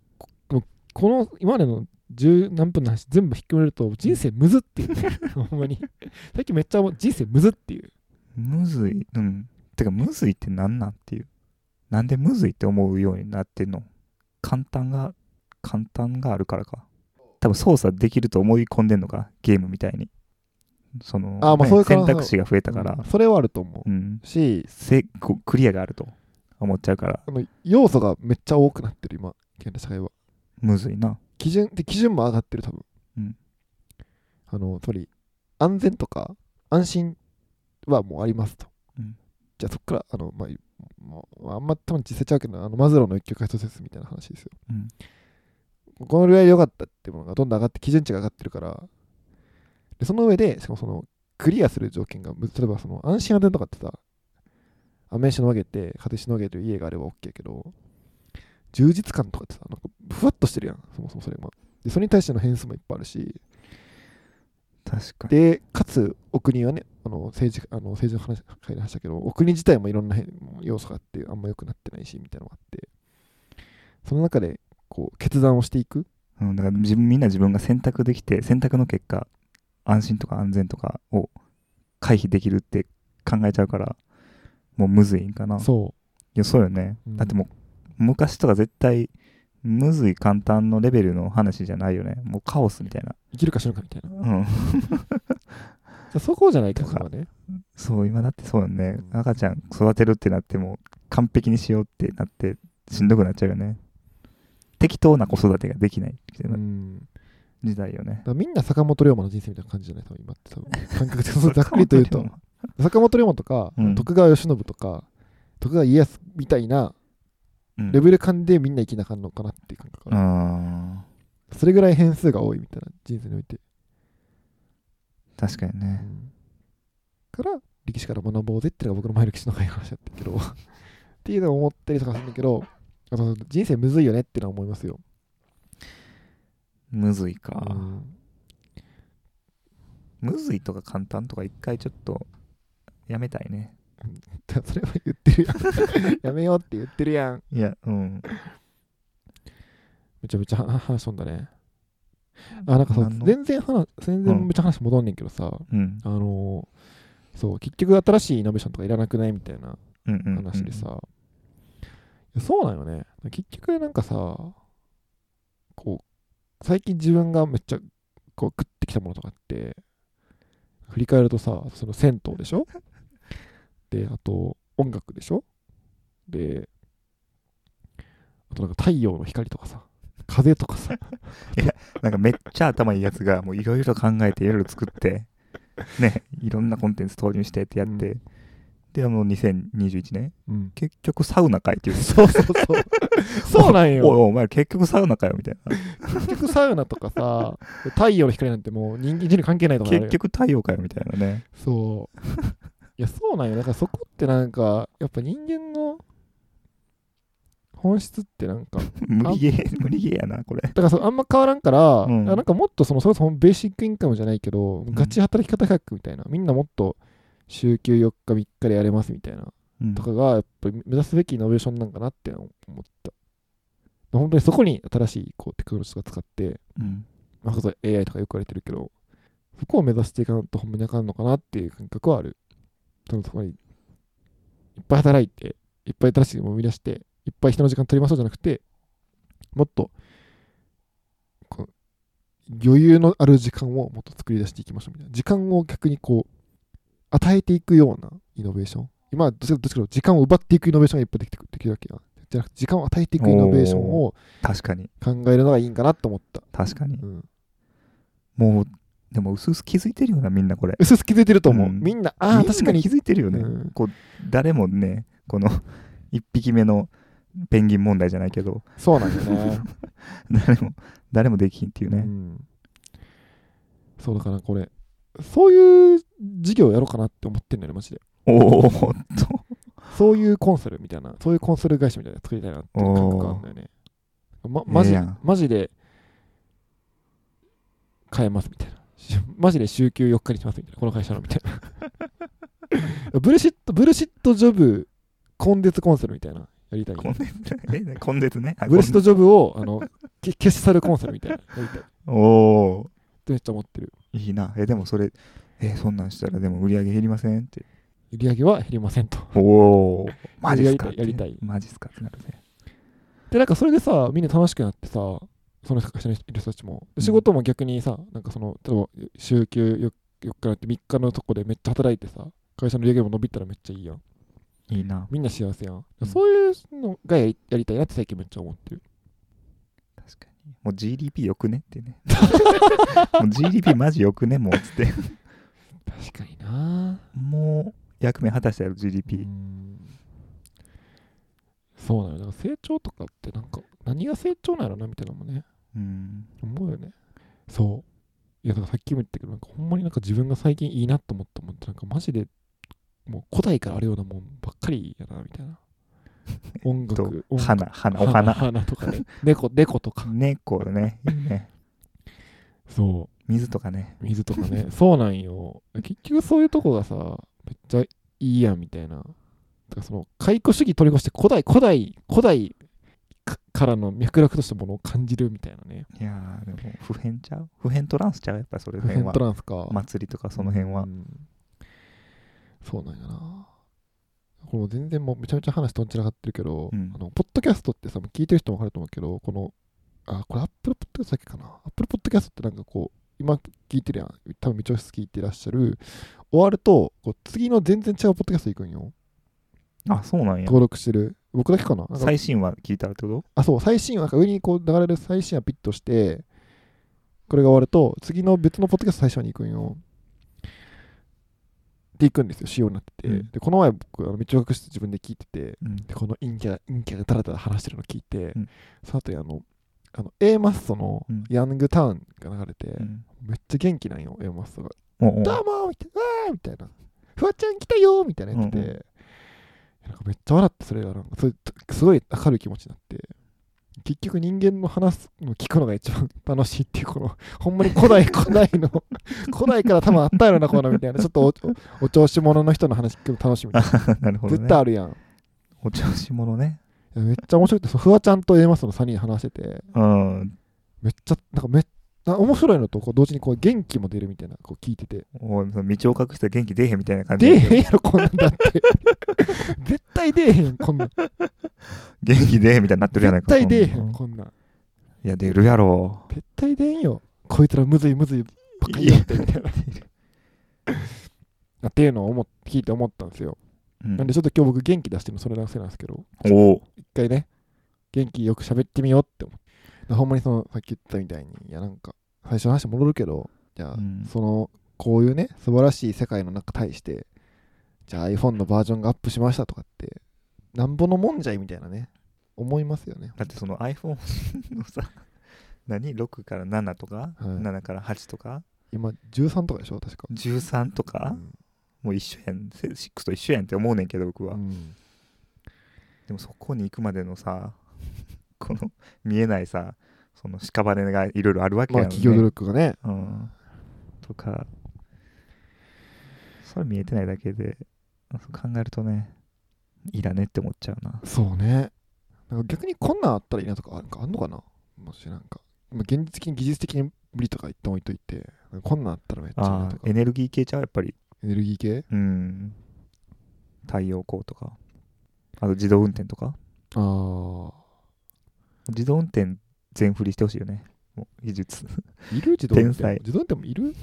S1: ここの、今までの十何分の話、全部引っ込めると、人生むずっていう [LAUGHS] ね。ほんまに。さっきめっちゃ思う、人生むずっていう。
S2: むずいうんてかむずいってなんなんっていうなんでむずいって思うようになってんの簡単が簡単があるからか多分操作できると思い込んでんのかゲームみたいにその
S1: あーまあ
S2: ね
S1: そういう可能
S2: 選
S1: 性
S2: 択肢が増えたから
S1: うんそれはあると思
S2: うん、
S1: う。し、
S2: せこうクリアがあると思っちゃうから
S1: あの要素がめっちゃ多くなってる、今、現代社会は。
S2: むずいな
S1: 基準で基準も上がってる多分、
S2: うん
S1: あのつまり安全とか安心はもうありますと、
S2: うん
S1: じゃあそこからあの、まあもうまあ、あんま多分実際ちゃうけどあのマズローの一級階層説みたいな話ですよ、
S2: うん
S1: このぐらいで良かったってものがどんどん上がって基準値が上がってるからでその上でしかもそのクリアする条件がむ例えばその安心安全とかってさ雨しのげて風しのげる家があれば OK やけど充実感とかってさなんかふわっとしてるやんそもそもそれもでそれに対しての変数もいっぱいあるし
S2: 確かに
S1: でかつお国はねあの政治あの政治の話会で話したけどお国自体もいろんな変要素があってあんま良くなってないしみたいなのがあってその中でこう決断をしていく
S2: うん、だから自分みんな自分が選択できて選択の結果安心とか安全とかを回避できるって考えちゃうからもうむずいんかな
S1: そ
S2: いやそうよね、
S1: うん
S2: だってもう昔とか絶対むずい簡単のレベルの話じゃないよねもうカオスみたいな、
S1: う生きるか死ぬかみたいな
S2: うん、
S1: そこじゃないか
S2: とから
S1: ね
S2: そう今だってそうよね
S1: うん
S2: 赤ちゃん育てるってなっても完璧にしようってなってしんどくなっちゃうよね適当な子育てができないっていううん時代よ
S1: だ、
S2: ね
S1: からみんな坂本龍馬の人生みたいな感じじゃない多分今って
S2: [LAUGHS]
S1: 多分感覚的にざっくりと言うと坂本龍馬とか、
S2: うん
S1: 徳川慶喜とか徳川家康みたいな
S2: うん
S1: レベル感でみんな生きなあかんのかなっていう感覚がある
S2: あ
S1: それぐらい変数が多いみたいな人生において、
S2: ー確かにね
S1: から歴史から学ぼうぜっていうのが僕の前の歴史の会の話だったけどっていうのを思ったりとかするんだけどあの人生むずいよねっていうのは思いますよ
S2: むずいか、
S1: うん
S2: むずいとか簡単とか一回ちょっとやめたいね
S1: だそれは言ってるやん。や [LAUGHS] めようって言ってるやん。
S2: いや、うん。
S1: めちゃめちゃあ話飛んだね。あ、なんかさ
S2: 何、の
S1: 全然話、全然めっちゃ話戻んねんけどさ、
S2: うん。
S1: あのーそう、結局新しいイノベーションとかいらなくないみたいな
S2: うんうんうん
S1: 話でさ、いやそうなんよね。結局なんかさ、こう、最近自分がめっちゃこう食ってきたものとかって、振り返るとさ、その銭湯でしょで、あと音楽でしょで、あとなんか太陽の光とかさ、風とかさ、
S2: なんかめっちゃ頭いいやつがもういろいろ考えていろいろ作ってねいろんなコンテンツ投入してってやって、
S1: うん
S2: でもう2021年
S1: うん、
S2: 結局サウナかいっていう
S1: そうそうそう。
S2: [LAUGHS]
S1: そうなん
S2: おい
S1: よ。
S2: お前結局サウナかよみたいな
S1: 結局サウナとかさ、太陽の光なんてもう人間人類関係ないとかある
S2: 結局太陽かよみたいなね
S1: そう。いや、そうなんよ。だからそこってなんか、やっぱ人間の本質ってなんか、だか
S2: 無理ゲー無理ゲーやなこれ
S1: らそあんま変わらんから、
S2: うん
S1: なんかもっとその、それこそベーシックインカムじゃないけど、ガチ働き方改革みたいな、みんなもっと週休4日、3日でやれますみたいな、
S2: うん
S1: とかが、やっぱり目指すべきイノベーションなんかなって思った。本当にそこに新しいこうテクノロジーとか使って、
S2: うん
S1: まあ、それこそ AI とかよく言われてるけど、そこを目指していかんとほんまにあかんのかなっていう感覚はある。そのそこに、いっぱい働いて、いっぱい新しいものを生み出して、いっぱい人の時間取りましょうじゃなくて、もっと、こう余裕のある時間をもっと作り出していきましょうみたいな。時間を逆にこう、与えていくようなイノベーション。今はどっちかどっちかというと時間を奪っていくイノベーションがいっぱいできてくできるわけやん。じゃなくて、時間を与えていくイノベーションを
S2: 確かに
S1: 考えるのがいいんかなと思った。
S2: 確かに
S1: うん
S2: もうでもうすうす気づいてるよなみんなこれ
S1: うすうす気づいてると思う。
S2: うん
S1: みんな、ああ、
S2: みんな
S1: 確かに
S2: 気。づいてるよね、
S1: うん
S2: こう誰もねこの一匹目のペンギン問題じゃないけど
S1: そうなんだよ
S2: [LAUGHS]
S1: ね。
S2: 誰も誰もできひんっていう
S1: う
S2: ね、
S1: ん、そうだから、これ、そういう事業やろうかなって思ってんのよね、マジで。
S2: おーっ [LAUGHS] と。
S1: そういうコンサルみたいな、そういうコンサル会社みたいなの作りたいなっていう感覚があるんだよね。ま、マ
S2: ええ
S1: ジ
S2: やん
S1: マジで変えますみたいな。 [LAUGHS] しマジで週休4日にしますみたいな、この会社のみたい
S2: [LAUGHS]
S1: な。ブルシット、ブルシットジョブ、根絶コンサルみたいな、やりたい。
S2: 今月、え、今月ね。あ
S1: ブルシットジョブを、あの、け消し去るコンサルみたいな、やりたい。
S2: 今月おー
S1: めっちゃ思ってる。
S2: いいな。え、でもそれ、え、そんなんしたらでも売り上げ減りませんって。
S1: 売り上げは減りませんと。
S2: おお。マジっすか
S1: やりたいやり
S2: ってマジっすかってなるね。
S1: で、なんかそれでさ、みんな楽しくなってさ、その会社にいる人たちも。
S2: う
S1: で
S2: ん
S1: 仕事も逆にさ、なんかその、例えば週休 4, 4日なって3日のとこでめっちゃ働いてさ、会社の売り上げも伸びたらめっちゃいいやん。
S2: いいな。
S1: みんな幸せやん。
S2: うん
S1: そういうのがやりやりたいなって最近めっちゃ思ってる。
S2: 確かに。もう GDP よくねっ
S1: [LAUGHS]
S2: てね。もう GDP マジよくね、もうっつって。
S1: 確かにな
S2: もう役目果たしたやろ、GDP。
S1: そうなのよ。だから成長とかってなんか、何が成長なんやろなみたいなのもね。
S2: うん。
S1: 思うよねそういやだからさっきも言ったけどなんかほんまになんか自分が最近いいなと思ったもんってなんかマジでもう古代からあるようなもんばっかりやなみたい [LAUGHS] な音楽、
S2: と
S1: 音楽
S2: 花、花、お花。
S1: 花とかね猫猫とか
S2: 猫ね。いいね。
S1: そ
S2: 水とかね。
S1: う水とか [LAUGHS] ねそうなんよ結局そういうとこがさめっちゃいいやんみたいなだからその解雇主義取り越して古代古代古代かからの脈絡としたものを感じるみたいなね
S2: いやー、でも普遍ちゃう普遍トランスちゃうやっぱそれ
S1: 普
S2: 辺
S1: 遍
S2: は
S1: ト。ランスか
S2: 祭りとかその辺は
S1: う。んそうなんやなこれも全然もうめちゃめちゃ話とんちらかってるけど、
S2: うん
S1: あのポッドキャストってさ聞いてる人も分かると思うけどこのあこれアップルポッドキャストだっけかなアップルポッドキャストってなんかこう今聞いてるやん多分未調室聞いてらっしゃる終わるとこう次の全然違うポッドキャスト行くんよ
S2: あ、そうなんや。
S1: 登録してる僕だけかななんか
S2: 最新話聞いたらってこと
S1: あそう最新話なんか上にこう流れる最新話ピッとしてこれが終わると次の別のポッドキャスト最初に行くんよで行くんですよ仕様になってて、
S2: うん
S1: でこの前僕あの道を隠して自分で聞いてて
S2: うん。
S1: でこの陰キャ陰キャがだらだら話してるの聞いて、
S2: ん
S1: その後にあのあの A マッソの
S2: うん
S1: ヤングタウンが流れて、
S2: うん
S1: めっちゃ元気なんよ A マッソが
S2: おうおう
S1: どうもみたいな、わーみたいな、フワちゃん来たよみたいなやってて、
S2: うんうん
S1: なんかめっちゃ笑って、それがなんか、それすごい明るい気持ちになって、結局人間の話すの聞くのが一番楽しいっていうこのほんまに古
S2: [LAUGHS]
S1: 代古代の古代から多分あったやろなこうなみたいなちょっとおおお調子者の人の話聞くの楽しみみたいな、
S2: [LAUGHS] なるほど、ね。
S1: 絶対あるやんい
S2: お調子者ね。
S1: やめっちゃ面白くてそうフワちゃんと A マスの3人話してて
S2: うん。
S1: めっちゃなんかめっな面白いのとこう同時にこう元気も出るみたいなこう聞いてて
S2: おいその道を隠して元気出えへんみたいな感
S1: 出え
S2: じ。
S1: へんやろこんなんだって絶対出えへんこんなん
S2: 元気出えへんみたいになってるやない
S1: 絶
S2: か。
S1: 対出えへ
S2: そなんの
S1: こんなん
S2: いや、出るやろ。
S1: 絶対出えんよこいつらむずいむずいばっかりやってみ
S2: [LAUGHS]
S1: たいなっていうのを思っ聞いて思ったんですよ、
S2: うん
S1: なんでちょっと今日僕元気出してるのそれのせいなんですけど
S2: おお。
S1: 一回ね元気よく喋ってみようって思ってほんまにそのさっき言ったみたいにいやなんか最初の話戻るけどじゃあ、
S2: うん
S1: そのこういうね素晴らしい世界の中対してじゃあ iPhone のバージョンがアップしましたとかってなんぼのもんじゃいみたいなね思いますよね
S2: だってその iPhone のさ、 [LAUGHS] 何 ?6 から7とか、
S1: い
S2: 7から8とか、
S1: 今13とかでしょ確か
S2: 13とか、
S1: うん
S2: もう一緒やん。せ6と一緒やんって思うねんけど、僕は。
S1: うん
S2: でもそこに行くまでのさ、 [LAUGHS] この見えないさ、その屍がいろいろあるわけ
S1: まあ
S2: やん、ね。
S1: 企業努力がね
S2: うん、とかそれ見えてないだけでそう考えるとねいらねって思っちゃうな
S1: そうねなんか逆にこんなんあったらいいなとかなんかあんのかなもしなんかまあ現実的に技術的に無理とか一旦置いといてなんかこんなんあったらめっちゃいいな
S2: あ
S1: とか
S2: ーエネルギー系ちゃうやっぱり
S1: エネルギー系
S2: うん太陽光とかあと自動運転とか
S1: ああ
S2: 自動運転全振りしてほしいよねもう技術
S1: いる自動運
S2: 天才
S1: 転自動運転もいる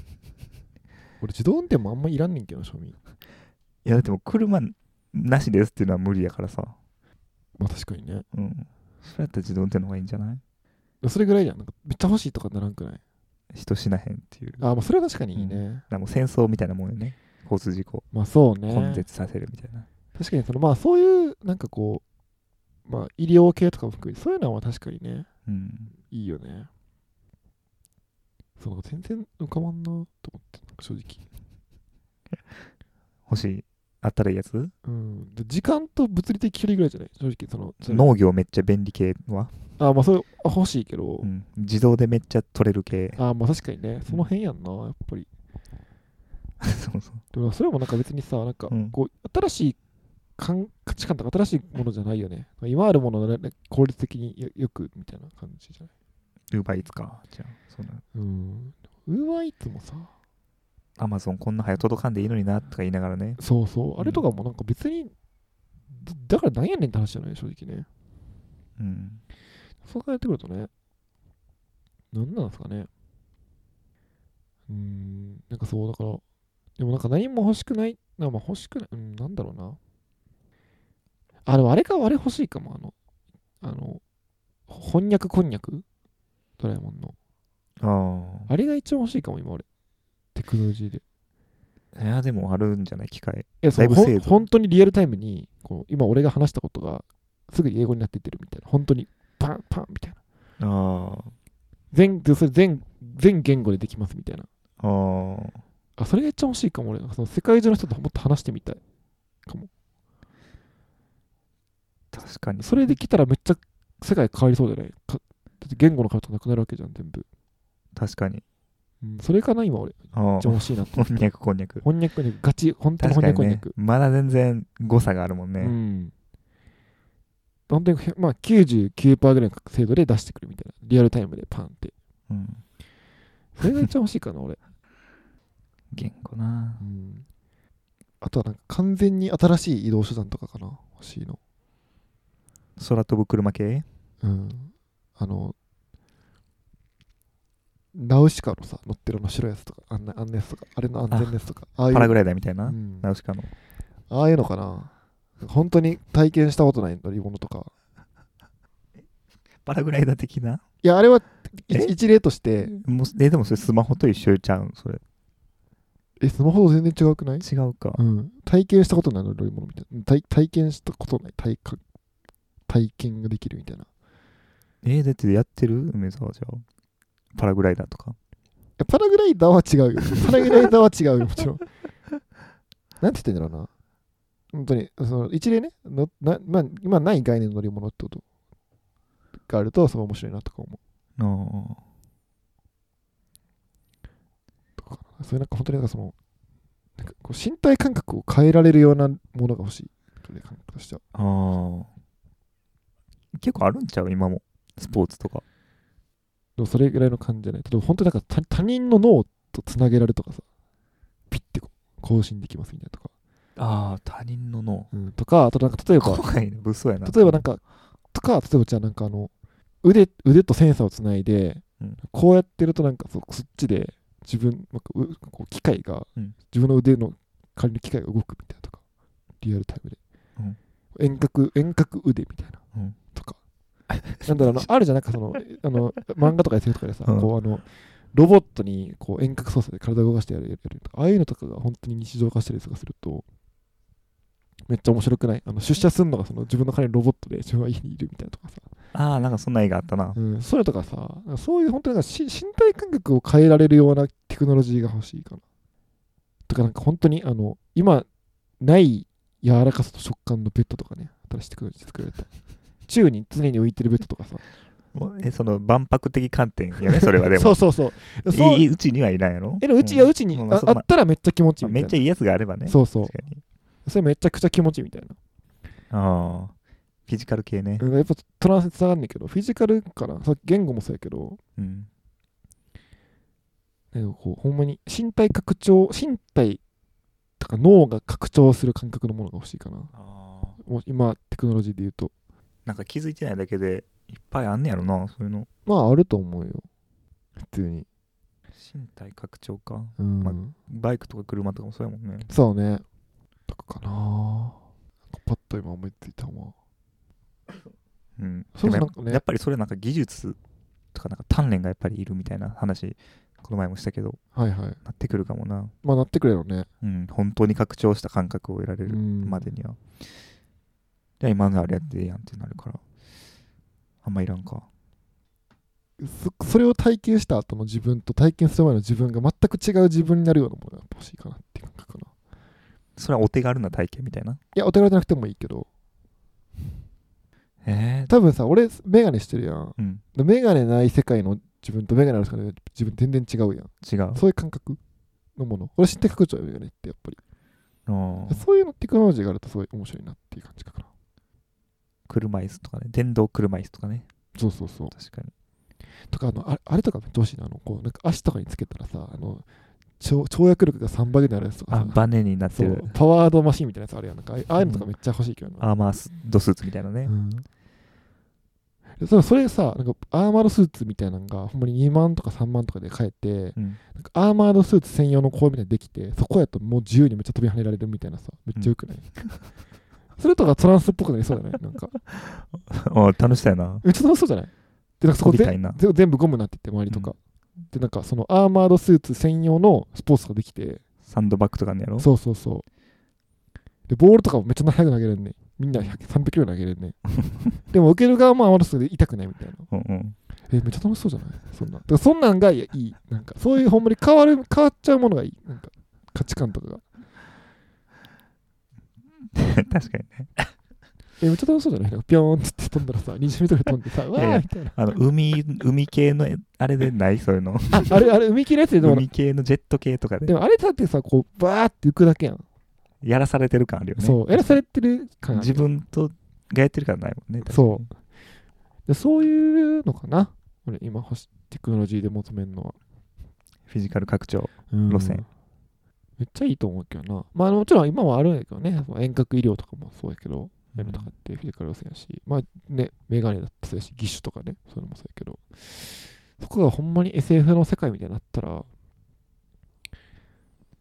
S1: 俺自動運転もあんまいらんねんけど庶民
S2: いやだってもう車なしですっていうのは無理やからさ
S1: まあ確かにね
S2: うんそれやったら自動運転の方がいいんじゃない
S1: それぐらいじゃんなんかめっちゃ欲しいとかならんくない
S2: 人死なへんっていうだか
S1: あーまあそれは確かにいいね、
S2: らもう戦争みたいなもんよね交通事故
S1: まあそうね
S2: 根絶させるみたいな、
S1: 確かにそのまあそういうなんかこうまあ医療系とかも含めてそういうのは確かにね
S2: うん
S1: いいよねそう全然浮かばんなと思ってなんか正直
S2: 欲しいあったらいいやつ
S1: うんで時間と物理的距離ぐらいじゃない正直そのそれ
S2: 農業めっちゃ便利系は、
S1: あーまあそれあ欲しいけど、
S2: うん、自動でめっちゃ取れる系 [LAUGHS]
S1: あーまあ確かにねその辺やんなやっぱり
S2: そうそう
S1: でもそれもなんか別にさなんか
S2: うん
S1: こう、新しい感価値観とか新しいものじゃないよね今あるものをね効率的によよくみたいな感じじゃない
S2: ウーバーイーツかじゃあそんな
S1: うんウーバーイーツもさ
S2: アマゾンこんな早届かんでいいのになとか言いながらね
S1: そうそう、
S2: ん
S1: あれとかもなんか別にだだからなんやねんって話じゃない正直ね
S2: うん
S1: そう考えてくるとねなんなんですかねうんなんかそうだからでもなんか何も欲しくないなまあ欲しくないうんなんだろうなあでもあれかあれ欲しいかもあのあの翻訳こんにゃくドラえもんの
S2: あ
S1: あれが一番欲しいかも今俺テクノロジーで
S2: あいやでもあるんじゃない機械
S1: いやそう
S2: だいぶ
S1: ほ
S2: 精
S1: ん
S2: 度
S1: 本当にリアルタイムにこう今俺が話したことがすぐ英語になってってるみたいな本当にパンパンみたいな
S2: あ
S1: 全でそれ全全言語でできますみたいな
S2: あー
S1: あそれが一番欲しいかも俺その世界中の人ともっと話してみたい
S2: 確かに
S1: それできたらめっちゃ世界変わりそうじゃないかだって言語の壁とかなくなるわけじゃん全部、
S2: 確かに
S1: うん、それかな今俺
S2: ああ
S1: 一番欲しいなって
S2: [LAUGHS] こんにゃくこんにゃく
S1: 翻訳こんにゃくガチ本当の
S2: 確
S1: 翻
S2: か
S1: 訳こん
S2: に
S1: にゃ
S2: ね
S1: く、
S2: まだ全然誤差があるもんね、
S1: うん本当にへまあ99%ぐらいの精度で出してくるみたいなリアルタイムでパンって
S2: うん、
S1: それが一番欲しいかな俺
S2: 言語な
S1: うんあとはなんか完全に新しい移動手段とかかな欲しいの
S2: 空飛ぶ車系
S1: うんあのナウシカのさ乗ってるあの白いやつとかあんなあんなやつとかあれの安全なやつとかああい
S2: パ
S1: う
S2: ラグライダーみたいな、
S1: うん
S2: ナウシカの
S1: ああいうのかな本当に体験したことない乗り物とか
S2: パラグライダー的ない
S1: やあれは一
S2: え
S1: 一例として
S2: もうえでもそれスマホと一緒ちゃうんそれ
S1: えスマホと全然違うくない、
S2: 違うか、
S1: うん、体験したことない乗り物みたいな体体験したことない体感体験ができるみたいな
S2: えーだってやってる梅沢じゃあパラグライダーとか
S1: パラグライダーは違うよ。パラグライダーは違うよ、もちろん。なんて言ってんだろうな。本当に、その一例ね、のなまあ、今ない概念の乗り物ってこと。があるとすごい面白いなとか思う
S2: あ
S1: とかそういうなんか本当になんかそのなんかこう身体感覚を変えられるようなものが欲しいそれ感覚としては
S2: あー結構あるんちゃう今もスポーツとか
S1: でもそれぐらいの感じじゃない例えば本当になんか他他人の脳とつなげられるとかさピッてこう更新できますみたいなとか、
S2: ああ他人の脳
S1: うん、とかあとなんか例えば
S2: 怖いね物騒やな
S1: 例えばなんかとか例えばじゃあなんかあの腕腕とセンサーをつないで、
S2: うん
S1: こうやってるとなんかそそっちで自分なんかうこう機械が、
S2: うん
S1: 自分の腕の仮に機械が動くみたいなとかリアルタイムで、
S2: うん
S1: 遠隔遠隔腕みたいな、
S2: うん
S1: とかなんだ
S2: [LAUGHS]
S1: ろうあのあるじゃんなんかそのえあの漫画とか SF とかでさ、
S2: うん
S1: こうあのロボットにこう遠隔操作で体を動かしてやるやるとかああいうのとかが本当に日常化したりとかするとめっちゃ面白くないあの出社するのがその自分の彼にロボットで自分は家にいるみたいなとかさ、
S2: ああなんかそんな絵があったな
S1: うん、それとかさなんかそういう本当になんかし身体感覚を変えられるようなテクノロジーが欲しいかなとかなんか本当にあの今ない柔らかさと食感のベッドとかね新しいテクノロジー作られた宙に常に浮いてるベッドとかさ
S2: もうえその万博的観点や
S1: [LAUGHS]
S2: ねそれはでも
S1: そうそうそうそう
S2: いいうちにはいらんやろ
S1: えでもうちいやうちに
S2: うんま
S1: あ
S2: あそ
S1: あ
S2: うまあ
S1: ったらめっちゃ気持ちいい
S2: め
S1: み
S2: った
S1: い
S2: ちゃ
S1: ない
S2: いやつがあればね
S1: そうそう
S2: 確かに
S1: それめちゃくちゃ気持ちいいみたいな
S2: ああフィジカル系ね
S1: うんやっぱトランスにつながんねんけどフィジカルかなさ言語もそうやけど
S2: うん
S1: なんかこうほんまに身体拡張身体とか脳が拡張する感覚のものが欲しいかな
S2: ああ
S1: もう今テクノロジーで言うと
S2: なんか気づいてないだけでいっぱいあんねやろなそういうの
S1: まああると思うよ普通に
S2: 身体拡張か
S1: うん、
S2: まバイクとか車とかもそうやもんね
S1: そうねとかかななんかパッと今思いついたわ
S2: うん
S1: そうそう
S2: でも
S1: なんかね
S2: やっぱりそれなんか技術とかなんか鍛錬がやっぱりいるみたいな話この前もしたけど
S1: はいはい
S2: なってくるかもな
S1: まあなってくれよね
S2: うん本当に拡張した感覚を得られ
S1: う
S2: る
S1: ん
S2: までには、じゃあ今のあれやってええやんってなるからあんまいらんか
S1: そそれを体験した後の自分と体験する前の自分が全く違う自分になるようなものがやっぱ欲しいかなっていう感覚かな
S2: それはお手軽な体験みたいない
S1: やお手軽じゃなくてもいいけど
S2: え
S1: 多分さ俺メガネしてるやん
S2: うん
S1: でメガネない世界の自分とメガネある世界の自分全然違うやん
S2: 違う
S1: そういう感覚のもの俺知って拡張やメガネってやっぱり
S2: あー
S1: そういうのテクノロジーがあるとすごい面白いなっていう感じかな
S2: 車椅子とかね電動車椅子とかね
S1: そうそうそう
S2: 確かに
S1: とかあのあれあれとかめっちゃ欲しいなあのこうなんか足とかにつけたらさあの跳跳躍力が3倍になるやつとか
S2: あ
S1: さ
S2: バネになって
S1: そ
S2: る
S1: うパワードマシンみたいなやつあるやんなんかああいうああいうのとかめっちゃ欲しいけどな
S2: アーマースドスーツみたいなね
S1: うん、そそれさなんかアーマードスーツみたいなのがほんまに2万とか3万とかで買えて
S2: うん
S1: なんかアーマードスーツ専用のこうみたいにできてそこやともう自由にめっちゃ飛び跳ねられるみたいなさめっちゃよくない、それとかトランスっぽくなりそうじゃないなん
S2: [LAUGHS]
S1: か
S2: あ楽しそうやな
S1: めっちゃ楽しそうじゃないでなんかそこ
S2: 飛びた
S1: ぜ
S2: いな
S1: 全全部ゴムになってて周りとか、でなんかそのアーマードスーツ専用のスポーツができて
S2: サンドバッグとかあんねやろ
S1: そうそうそうでボールとかもめっちゃ速く投げれんねみんな100 300キロ投げれ
S2: [LAUGHS]
S1: んねでも受ける側もアーマードスーツで痛くないみたいな
S2: うんうん [LAUGHS]
S1: えめっちゃ楽しそうじゃないそんなだからそんなんがいやいいなんかそういうほんまに変わる変わっちゃうものがいいなんか価値観とかが
S2: 確かにね
S1: えめっちゃ楽しそうじゃないなんかピョーンって飛んだらさ20メートル飛んでさわ
S2: いやい
S1: ー
S2: や
S1: みたいな
S2: あの海海系のあれでないそういうの
S1: ああれあれ海切りの [LAUGHS] やつででも
S2: 海系のジェット系とか
S1: で
S2: で
S1: もあれだってさこうバーって浮くだけやん
S2: やらされてる感あるよね
S1: そうやらされてる感
S2: 自分とがやってる感ないもんね
S1: そうでそういうのかな俺今欲しテクノロジーで求めるのは
S2: フィジカル拡張
S1: うん
S2: 路線
S1: めっちゃいいと思うけどなまあもちろん今もあるんやけどね遠隔医療とかもそうやけどメムとかってフィジカル路線やし、まあね、メガネだってそうやし、義手とかね、そういうのもそうやけど、そこがほんまに SF の世界みたいになったら、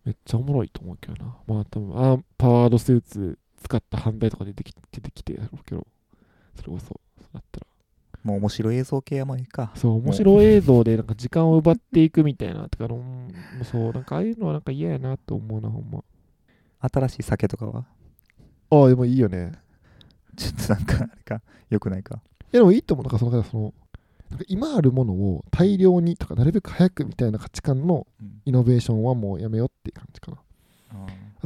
S1: めっちゃおもろいと思うけどな。まあ多分、あーパワードスーツ使った犯罪とか出てき出てきてやろうけど、それこそ、そうなったら。
S2: もう面白い映像系はもういいか
S1: そう、面白い映像でなんか時間を奪っていくみたいな、とか、あのうんそう、なんかああいうのはなんか嫌やなと思うな、ほんま。
S2: 新しい酒とかは [LAUGHS]
S1: ああ、でもいいよね。
S2: ちょっとなんかあれかよくないか
S1: いやでもいいと思う。なんかその、なんかそのなんか今あるものを大量にとか、なるべく早くみたいな価値観の
S2: うん
S1: イノベーションはもうやめようっていう感じかな。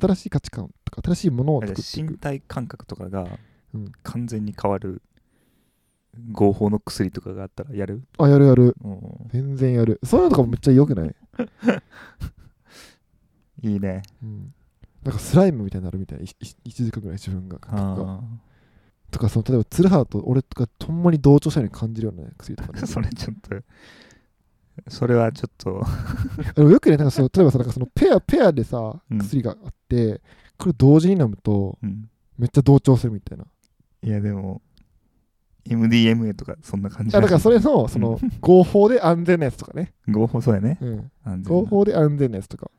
S1: 新しい価値観とか、新しいものを
S2: だ
S1: 作っ
S2: から
S1: てい
S2: 身
S1: く。
S2: 体感覚とかが
S1: うん
S2: 完全に変わる合法の薬とかがあったらやる、
S1: あ、やるやる。
S2: うん、
S1: 全然やる。そういうのとかもめっちゃ良くない、
S2: いいね
S1: うん、なんかスライムみたいになるみたいな。1時間ぐらい自分が。
S2: あ
S1: とか、その例えば、ツルハーと俺とか、ともに同調したように感じるような薬とかね
S2: ー。 [LAUGHS] それちょっとそれはちょっと
S1: でもよくね、なんかそ
S2: [LAUGHS]
S1: の例えばさ、なんかそのペア、ペアでさ、
S2: うん
S1: 薬があって、これ同時に飲むと、
S2: うん
S1: めっちゃ同調するみたいな。
S2: いやでも MDMA とかそんな感じ
S1: あだからそれ
S2: う
S1: の、その、合法で安全なやつとかね。
S2: 合法そうやね
S1: うん。
S2: 安全な
S1: 合法で安全なやつとか。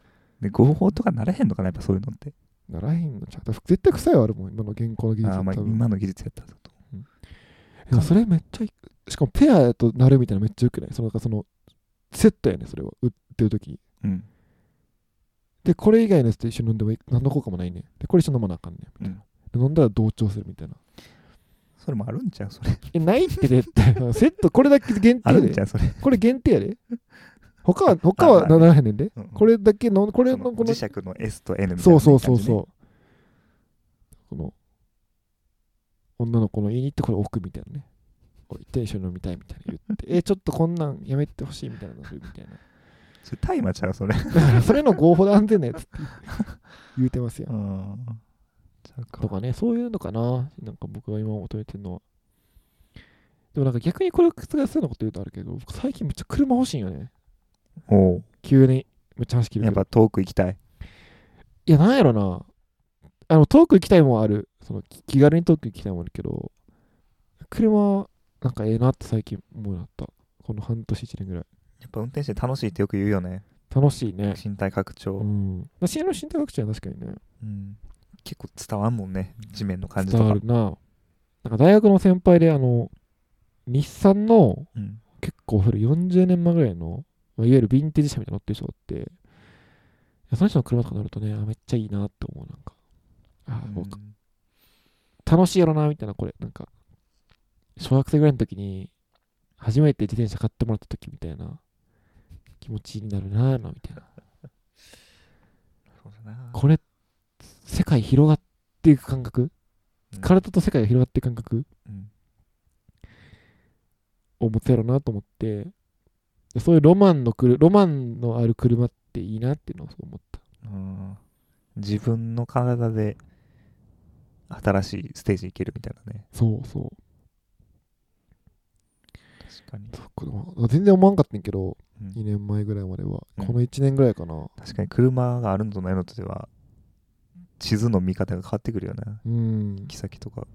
S2: で合法とかならへんのかなやっぱそういうのって
S1: ならへんのちゃう。多分絶対臭いはあるもん、今の現行の技術
S2: あー
S1: は
S2: まあ
S1: 多分。
S2: 今の技術やったらだと
S1: いやそれめっちゃいいしかもペアやとなるみたいなのめっちゃよくないそのなんかそのセットやねそれは売ってる時
S2: うん
S1: でこれ以外のやつと一緒に飲んでもいい何の効果もないねでこれ一緒に飲まなあかんねみたいな、で飲んだら同調するみたいな
S2: それもあるんちゃうそれ
S1: えないって絶対 [LAUGHS] セットこれだけ限
S2: ある
S1: 定
S2: んち
S1: で
S2: ゃうそれ、
S1: これ限定やで他は他
S2: あ
S1: は
S2: まあ
S1: ならへんねんで
S2: うんうん
S1: これだけ飲んこれ
S2: そ
S1: の
S2: の
S1: こ
S2: 磁
S1: の
S2: 石の S と N みたい
S1: そ
S2: な
S1: うそうそうそううこの女の子の家に行ってこれ置くみたいなね置いて一緒に飲みたいみたいな言
S2: [LAUGHS]
S1: ってえちょっとこんなんやめてほしいみたいなの [LAUGHS] するみたいな
S2: それ大麻ちゃうそれ
S1: だからそれの合法で安全なやつって
S2: [LAUGHS]
S1: 言うてますやん。
S2: んちゃうか
S1: とかね、そういうのかな。なんか僕が今求めてるのは。でもなんか逆にこれを覆すようなこと言うとあるけど、僕最近めっちゃ車欲しいんよね。
S2: おう
S1: 急に。めっちゃ走ってる
S2: や
S1: け
S2: っ
S1: ど。
S2: ぱ遠く行きたい
S1: いや、なんやろな。あの、遠く行きたいもんある。そのき気軽に遠く行きたいもんあるけど、車、なんかええなって最近思うようになった。この半年1年ぐらい。
S2: やっぱ運転して楽しいってよく言うよね
S1: 楽しいね。
S2: 身体拡張、
S1: うん。まあ、CM の新体学者は確かにね。
S2: うん結構伝わんもんね地面の感じと
S1: 伝わ
S2: か
S1: るな。なんか大学の先輩で、あの、日産の
S2: うん
S1: 結構古い40年前ぐらいの、まあいわゆるヴィンテージ車みたいなの乗ってる人があって、その人の車とか乗るとね、あめっちゃいいなって思う、なんか。あ
S2: うん
S1: こう楽しいやろな、みたいな、これ。なんか、小学生ぐらいの時に、初めて自転車買ってもらった時みたいな気持ちになるな、みたいな。
S2: そうだな
S1: これ、世界広がっていく感覚
S2: うん
S1: 体と世界が広がっていく感覚
S2: うん
S1: を持てろなと思ってでそういうロマンのくるロマンのある車っていいなっていうのをそう思った
S2: うん自分の体で新しいステージ行けるみたいなね
S1: そうそう
S2: 確かに
S1: そっかでも全然思わんかったんやけど
S2: うん
S1: 2年前ぐらいまでは、
S2: うん
S1: この1年ぐらいかな
S2: 確かに車があるのとないのとでは地図の見方が変わってくるよね
S1: うんっ
S2: 行き先とか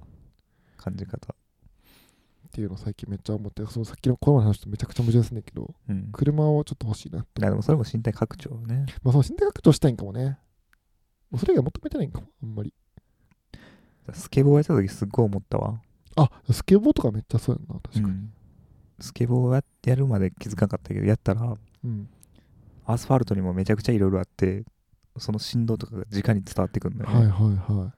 S2: 感じ方
S1: ていうのを最近めっちゃ思ってそのさっきのこの話とめちゃくちゃ矛盾するんだけど
S2: うん
S1: 車をちょっと欲しいなって
S2: いやでもそれも身体拡張ね
S1: まあその心理学としたいんかもねもうそれ以外求めてないんかもあんまり
S2: スケボーやった時すっごい思ったわ
S1: あスケボーとかめっちゃそうやんな確かに
S2: うんスケボーややるまで気づかなかったけどやったら
S1: うん、
S2: アスファルトにもめちゃくちゃいろいろあってその振動とかが直に伝わってくるんだよね、
S1: はいはいはい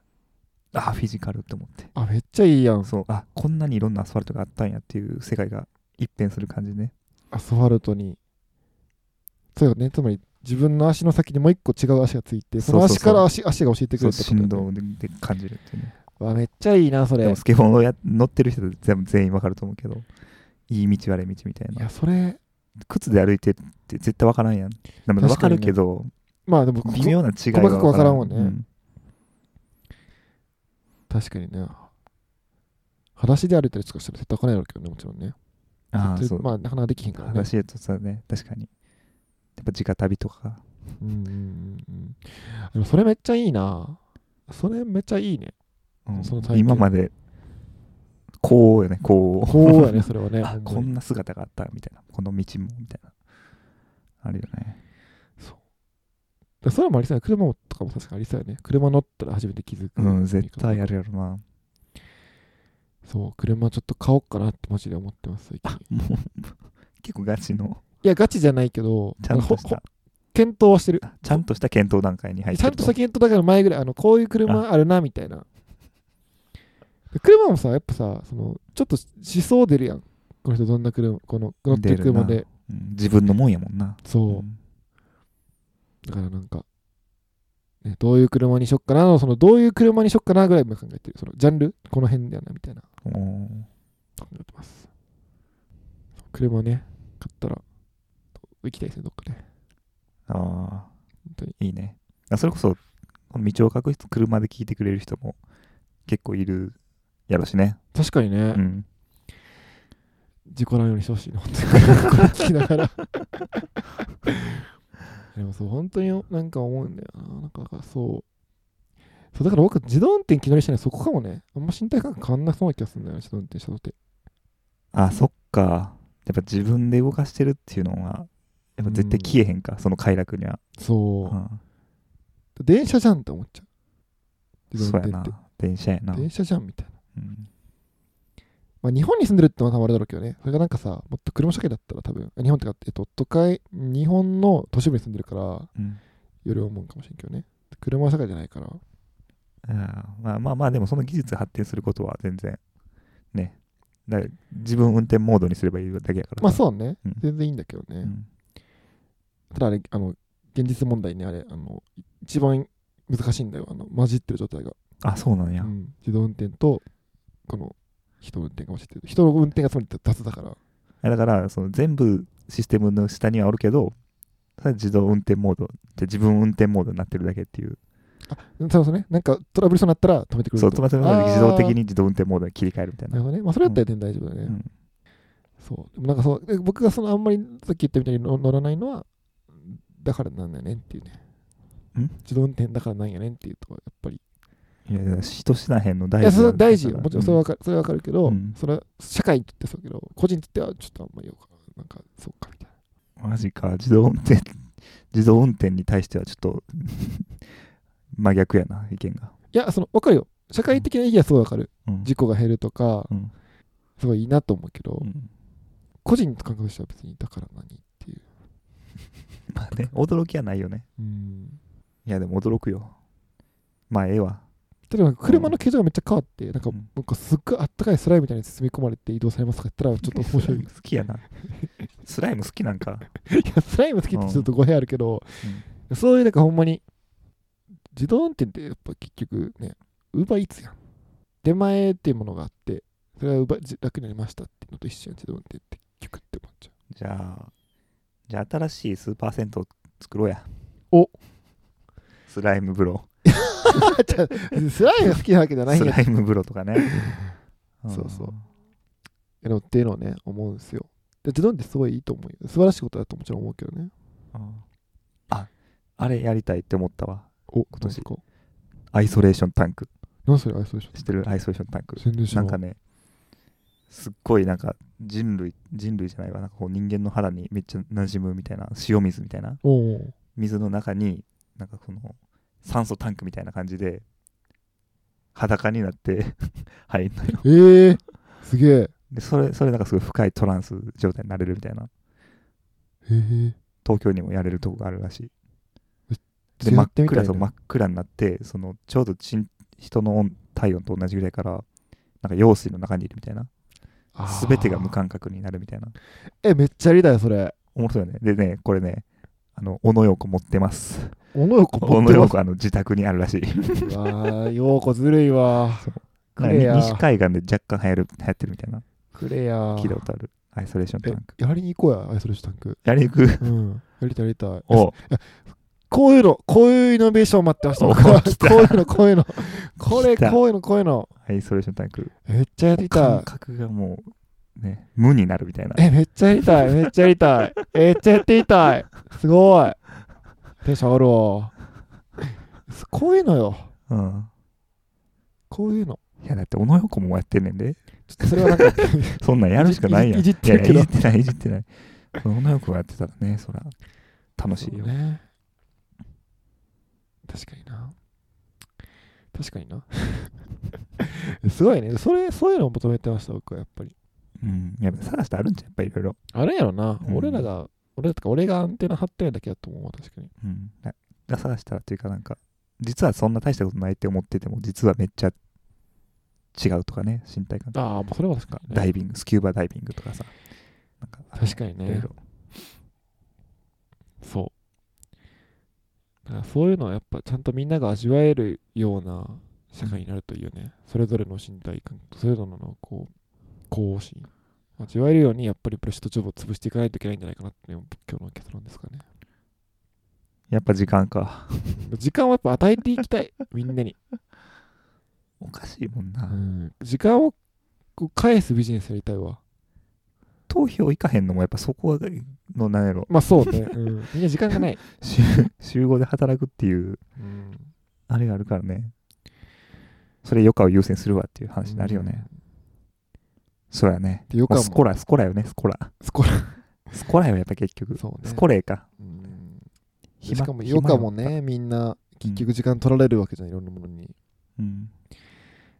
S2: ああフィジカルって思って
S1: あめっちゃいいやん
S2: そうあこんなにいろんなアスファルトがあったんやっていう世界が一変する感じね
S1: アスファルトにそうよねつまり自分の足の先にもう一個違う足がついてその
S2: そう
S1: 足
S2: そうそう
S1: から足足が教えてく
S2: そ
S1: れ
S2: う
S1: るってことだよ
S2: 振
S1: ね
S2: 動でで感じるっていうね
S1: わめっちゃいいなそれ
S2: でも
S1: い
S2: スケボーをや乗ってる人って全部全員わかると思うけどいい道悪い道みたいな
S1: やそれ
S2: 靴で歩いてって絶対わからんやんでもわかるけど、
S1: まあでもこ
S2: 微妙な違いが
S1: 細かくわからんもんね
S2: うん
S1: 確かにね裸足で歩いたりとかしたら絶対開かないわけどねもちろんね
S2: ああ
S1: 絶
S2: そ
S1: 対
S2: う
S1: まあなかなかできへんからね
S2: 話やとさね確かにやっぱ直旅とか
S1: うんうんうんうんでもそれめっちゃいいなそれめっちゃいいね
S2: うん
S1: その体験
S2: 今までこうよねこう
S1: こうやねそれはねほんま
S2: あ
S1: に
S2: こんな姿があったみたいなこの道もみたいなあるよね
S1: だからそれもありそうやね車もとかも確かにありそうやね車乗ったら初めて気づく
S2: うん絶対やるやろなも
S1: そう車ちょっと買おうかなってマジで思ってます最近
S2: う結構ガチの
S1: いや、ガチじゃないけど、
S2: ちゃん
S1: あの
S2: とし
S1: ほほ
S2: た
S1: 検討はしてる。
S2: あちゃんとした検討段階に入っ
S1: ち
S2: て
S1: ゃ
S2: る
S1: んとした検討だから前ぐらい、あのこういう車あるなみたいな。で車もさ、やっぱさ、そのちょっと思想出るやん。この人、どんな車、この乗ってる車
S2: 出る
S1: で。
S2: うん自分のもんやもんな
S1: そうう。
S2: ん
S1: だからなんか、ね、どういう車にしよっかなの、そのどういう車にしよっかなぐらい今考えてる。そのジャンル、この辺だよなみたいな。
S2: おー
S1: 考えってます。車ね、買ったら、行きたいですね、どっかね。
S2: あ
S1: 当に
S2: あ、いいね。あそれこそ、この道を書く人、車で聞いてくれる人も結構いるやろしね。
S1: 確かにね、
S2: うん。
S1: 事故らんようにしてほしいな、本当に。これ聞きながら。 [LAUGHS] でもそう、本当になんか思うんだよな。なんかだからそう。そうだから僕、自動運転気乗りしてないそこかもね。あんま身体感覚変わんなそうな気がするんだよね、自動運転したとて。
S2: あ、そっか。やっぱ自分で動かしてるっていうのは、やっぱ絶対消えへんか、その快楽には。
S1: そうう。
S2: ん、
S1: 電車じゃんって思っちゃう。自
S2: そ
S1: 動
S2: うや
S1: 運転って。
S2: な。電車やな。
S1: 電車じゃんみたいな。
S2: うん、
S1: まあ、日本に住んでるってのは多分あれだろうけどね。それがなんかさ、もっと車社会だったら多分、あ日本ってか、えっと、都会、日本の都市部に住んでるから、よ
S2: うん
S1: り思うかもしれんけどね。車社会じゃないから。
S2: あーまあまあまあ、でもその技術が発展することは全然、ね。だから自分運転モードにすればいいだけやから。
S1: まあそうね、
S2: うん
S1: 全然いいんだけどね、
S2: うん
S1: ただあれあの現実問題ねあれあの一番難しいんだよあの混じってる状態が、
S2: あ、そうなんや。
S1: うん自動運転とこの人運転が混じってる人の運転がつまり雑だから
S2: あだからその全部システムの下にはおるけどそれは自動運転モードで自分運転モードになってるだけっていう
S1: うんそうそうねなんかトラブルそうになったら止めてくれる
S2: そう止まって自動的
S1: あ
S2: に自動運転モードに切り替えるみたい
S1: ーな
S2: な
S1: るほどねまあそれだったら全然大丈夫だね、
S2: うん
S1: そうでもなんかそうで僕がそのあんまりさっき言ったみたいに乗乗らないのはだからなんだよねっていうね
S2: ん
S1: 自動運転だからなんやねんっていうとこやっぱり
S2: いやいや人しなへんの
S1: い
S2: 大
S1: や
S2: 事
S1: それ
S2: な
S1: は
S2: んだ
S1: 大事よ。もちろんそれは
S2: う
S1: わかる,、それはわかるけど、
S2: うん
S1: それは社会にとってそうだけど、個人にとってはちょっとあんまりよくなんか、そっかみたい
S2: んマジか自動運転自動運転に対してはちょっと [LAUGHS] 真逆やな意見が、
S1: な。いや、その、わかるよ。社会的な意義はすごいわかる。
S2: うん
S1: 事故が減るとか
S2: う、ん
S1: すごいいいなと思うけど、
S2: うん
S1: 個人の感覚としては別に、だから何っていう。
S2: まあね驚きはないよね
S1: うん。
S2: いやでも驚くよまあええわ
S1: 例えば、車の形状がめっちゃ変わって、なんか、
S2: うん
S1: なんかすっごいあったかいスライムみたいに包み込まれて移動されますとか言ったら、ちょっと面白い。い
S2: 好きやなスライム好きなんか
S1: [LAUGHS] や、スライム好きってちょっと語弊あるけど、そういうなんかほんまに、自動運転ってやっぱ結局ね、ウーバーイーツやん。出前っていうものがあって、それは Uber じ楽になりましたっていうのと一緒やん、自動運転って結局って思っちゃ
S2: じゃあ、じゃあ新しいスーパー銭湯作ろうや。
S1: お
S2: スライム風呂。
S1: [LAUGHS] う。スライムが好きなわけじゃないん
S2: ス
S1: や
S2: ライム風呂とかね。
S1: [LAUGHS]
S2: ん
S1: そうそう。けどっていうのをね、思うんですよ。で自動運転すごいいいと思うよ。素晴らしいことだともちろん思うけどね。
S2: うんあ、あれやりたいって思ったわ。
S1: お、今
S2: 年
S1: か。
S2: アイソレーションタンク。
S1: 何それあれそうでしょ
S2: 知ってるアイソレーションタンク。
S1: 宣伝し
S2: なんかね、すっごいなんか人類、人類じゃないわ。なんかこう人間の肌にめっちゃ馴染むみたいな、塩水みたいな。
S1: おうおう
S2: 水の中になんかこの酸素タンクみたいな感じで裸になって [LAUGHS] 入んのよ
S1: えー、すげえ。
S2: でそれそれなんかすごい深いトランス状態になれるみたいな
S1: えー、
S2: 東京にもやれるとこがあるらしいで
S1: や
S2: 真っ
S1: ってみたい
S2: 暗
S1: な
S2: そう真っ暗になってそのちょうどちん人の温体温と同じぐらいからなんか用水の中にいるみたいな
S1: あー
S2: 全てが無感覚になるみたいな
S1: え、めっちゃやりだよ、それ。
S2: 面白いよねでねこれねあの小野陽子持ってます
S1: [LAUGHS] 小野横
S2: 小
S1: 持っ
S2: 野
S1: て
S2: 陽
S1: ます。
S2: 子あの自宅にある
S1: [LAUGHS]
S2: らしい
S1: わあ、ようこずるいわ。
S2: なん
S1: く
S2: か
S1: れや
S2: 西海岸で若干流行る流行ってるみたいな
S1: くれや。
S2: 聞いたことある。アイソレーションタ
S1: え
S2: ンク。、
S1: やりに行こうや、アイソレーションタン
S2: [LAUGHS]
S1: ク。
S2: やりに行く。
S1: うん。やりたい、やりたい。
S2: おう
S1: こういうの、こういうイノベーション待ってました。
S2: お
S1: 僕はこ
S2: 来た
S1: ういうの、こういう
S2: [LAUGHS]
S1: の。これ、
S2: 来た
S1: こういうの、こういうの。
S2: アイソレーションタンク。
S1: めっちゃやりた
S2: 感
S1: い。
S2: 覚がもう、ね、無になるみたいな。
S1: え、めっちゃやりたい、めっちゃやりたい。めっちゃやってみたい。すごい。テンション上がるわ。すこういうのよ。
S2: うん。
S1: こういうの。
S2: いや、だって、小野横もやってんねんで。
S1: ちょっとそれはなんか、
S2: そんなん [LAUGHS] やるしかないやん。
S1: いじいじってるけど
S2: いやいじってない、いじってない。 [LAUGHS] 小野横がやってたらね、そら、楽しいよ。
S1: そうね。確かにな。確かにな。 [LAUGHS] すごいね。それ、そういうのを求めてました、僕はやっぱり。
S2: うん。やっぱ、探してあるんじゃん、やっぱいろいろ。
S1: あれやろな。
S2: うん
S1: 俺らが、俺らとか俺がアンテナ張ってないだけだと思うわ、確かに。
S2: うん。だだ探したらっていうか、なんか、実はそんな大したことないって思ってても、実はめっちゃ違うとかね、身体感覚。
S1: ああ、もうそれは確かに、
S2: ダ
S1: ね。
S2: イビング、スキューバダイビングとかさ。なんか、
S1: 確かに
S2: いろい
S1: ね
S2: ろ。。
S1: そう。だからそういうのはやっぱちゃんとみんなが味わえるような社会になるといいよね。それぞれの身体感、それぞれのこう、行進。まあ味わえるようにやっぱりブレッシュとジョブを潰していかないといけないんじゃないかなっていうのが今日の結論ですかね。
S2: やっぱ時間か。
S1: 時間をやっぱ与えていき
S2: [LAUGHS]
S1: たい、みんなに。
S2: おかしいもんな。
S1: うん時間をこう返すビジネスやりたいわ。
S2: 投票行かへんのもやっぱそこの何やろ
S1: まあそう
S2: [LAUGHS]
S1: ね。うんみんな時間がない。
S2: 週集合で働くっていう
S1: うん
S2: あれがあるからねそれ余暇を優先するわっていう話になるよね、。そうやね
S1: で、よ
S2: も
S1: か
S2: う
S1: も。
S2: スコラスコラよねスコラ
S1: スコラ。
S2: スコラよやっぱ結局、
S1: そうね。
S2: スコレか
S1: うんでし
S2: 暇
S1: かも、
S2: 暇
S1: よかも
S2: やっ
S1: ね、みんな、結局時間取られるわけじゃん、いろんなものに。
S2: ぱうんやっ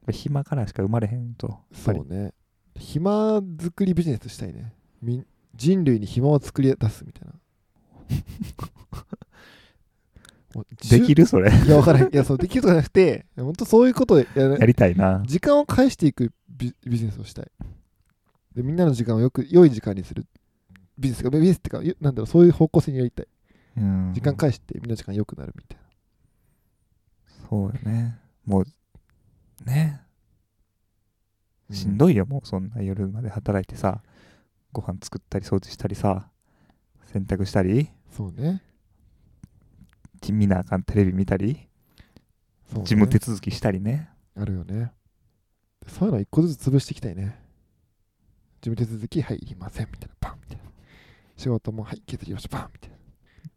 S2: ぱ暇からしか生まれへんとやっ
S1: そ
S2: ぱり
S1: うね。暇作りビジネスしたいね。みん人類に暇を作り出すみた
S2: [LAUGHS]
S1: いな。もう
S2: できるそれ
S1: いや、わからない。いや、そう、できるとかじゃなくて、本当そういうことで、いや
S2: やりたいな
S1: 時間を返していくビビジネスをしたい。で、みんなの時間をよく、良い時間にする。ビジネスが、ビジネスってか、ゆなんだろう、そういう方向性にやりたい。
S2: うん
S1: 時間返して、みんな時間良くなるみたいな。
S2: そうよねもうねしん
S1: い。
S2: どいよもうそんな夜まで働いてさご飯作ったり掃除したりさ洗濯したり
S1: そうね。
S2: 見なあかんテレビ見たり
S1: そうね
S2: 事務手続きしたりね
S1: あるよね。そういうのを一個ずつ潰していきたいね。事務手続き、はい、いりません、みたいな、パンみたいな。仕事も、はい、削りました、パンみたいな。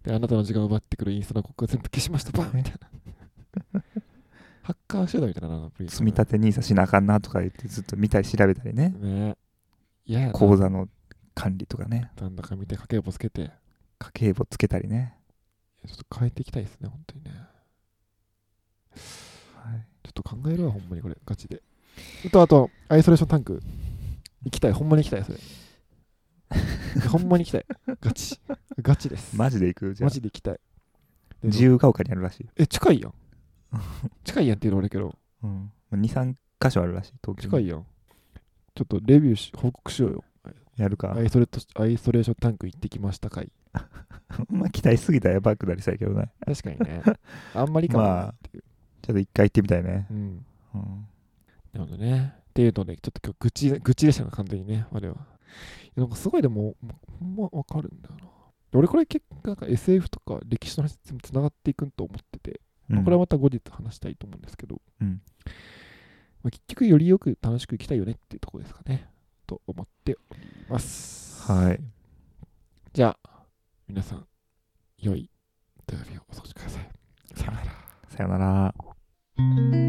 S1: で、あなたの時間を奪ってくるインスタの広告を全部消しました、パンみたいな。ハッカー集団みたいなな、
S2: 積み立て NISA しなあかんなとか言ってずっと見たり調べたりね
S1: ね。いややな、
S2: 口座の管理とかね
S1: なんだか見て、家計簿つけて、いや
S2: 家計簿つけたりね、
S1: ちょっと変えていきたいですね、本当にね。
S2: はい、
S1: ちょっと考えるわ、ほんまにこれ、ガチで。あと、あと、アイソレーションタンク。行きたい、ほんまに行きたい、それ。ほんまに行きたい。ガチ。ガチ
S2: [LAUGHS]
S1: です。
S2: マジで行くじゃ
S1: マ
S2: あ
S1: ジで行きたい。で
S2: 自由が丘にあるらしい、
S1: え、近いやん。近いやんっていうの俺やけど、
S2: うん、23箇所あるらしい東京に
S1: 近いやん。ちょっとレビューし、報告しようよ。
S2: やるか
S1: アイソレとアイソレーションタンク行ってきましたかい。
S2: ほ [LAUGHS] んま期待しすぎたらやばくなりそうやけどね
S1: 確かにね。あんまりかもなっていう。
S2: ちょっと一回行ってみたいね、
S1: うん。
S2: うん、
S1: なるほどね。っていうので、ちょっと今日愚痴、愚痴でしたね、完全にね、我は。なんかすごいでも、ほんまわかるんだよな。で俺これ結構なんか SF とか歴史の話に全部つながっていくんと思ってて、まあこれはまた後日話したいと思うんですけど、
S2: うん
S1: まあ結局よりよく楽しく生きたいよねっていうところですかね、と思っております。
S2: はい
S1: じゃあ、皆さん、良い土曜日をお過ごしください。さよなら。
S2: さよなら
S1: 「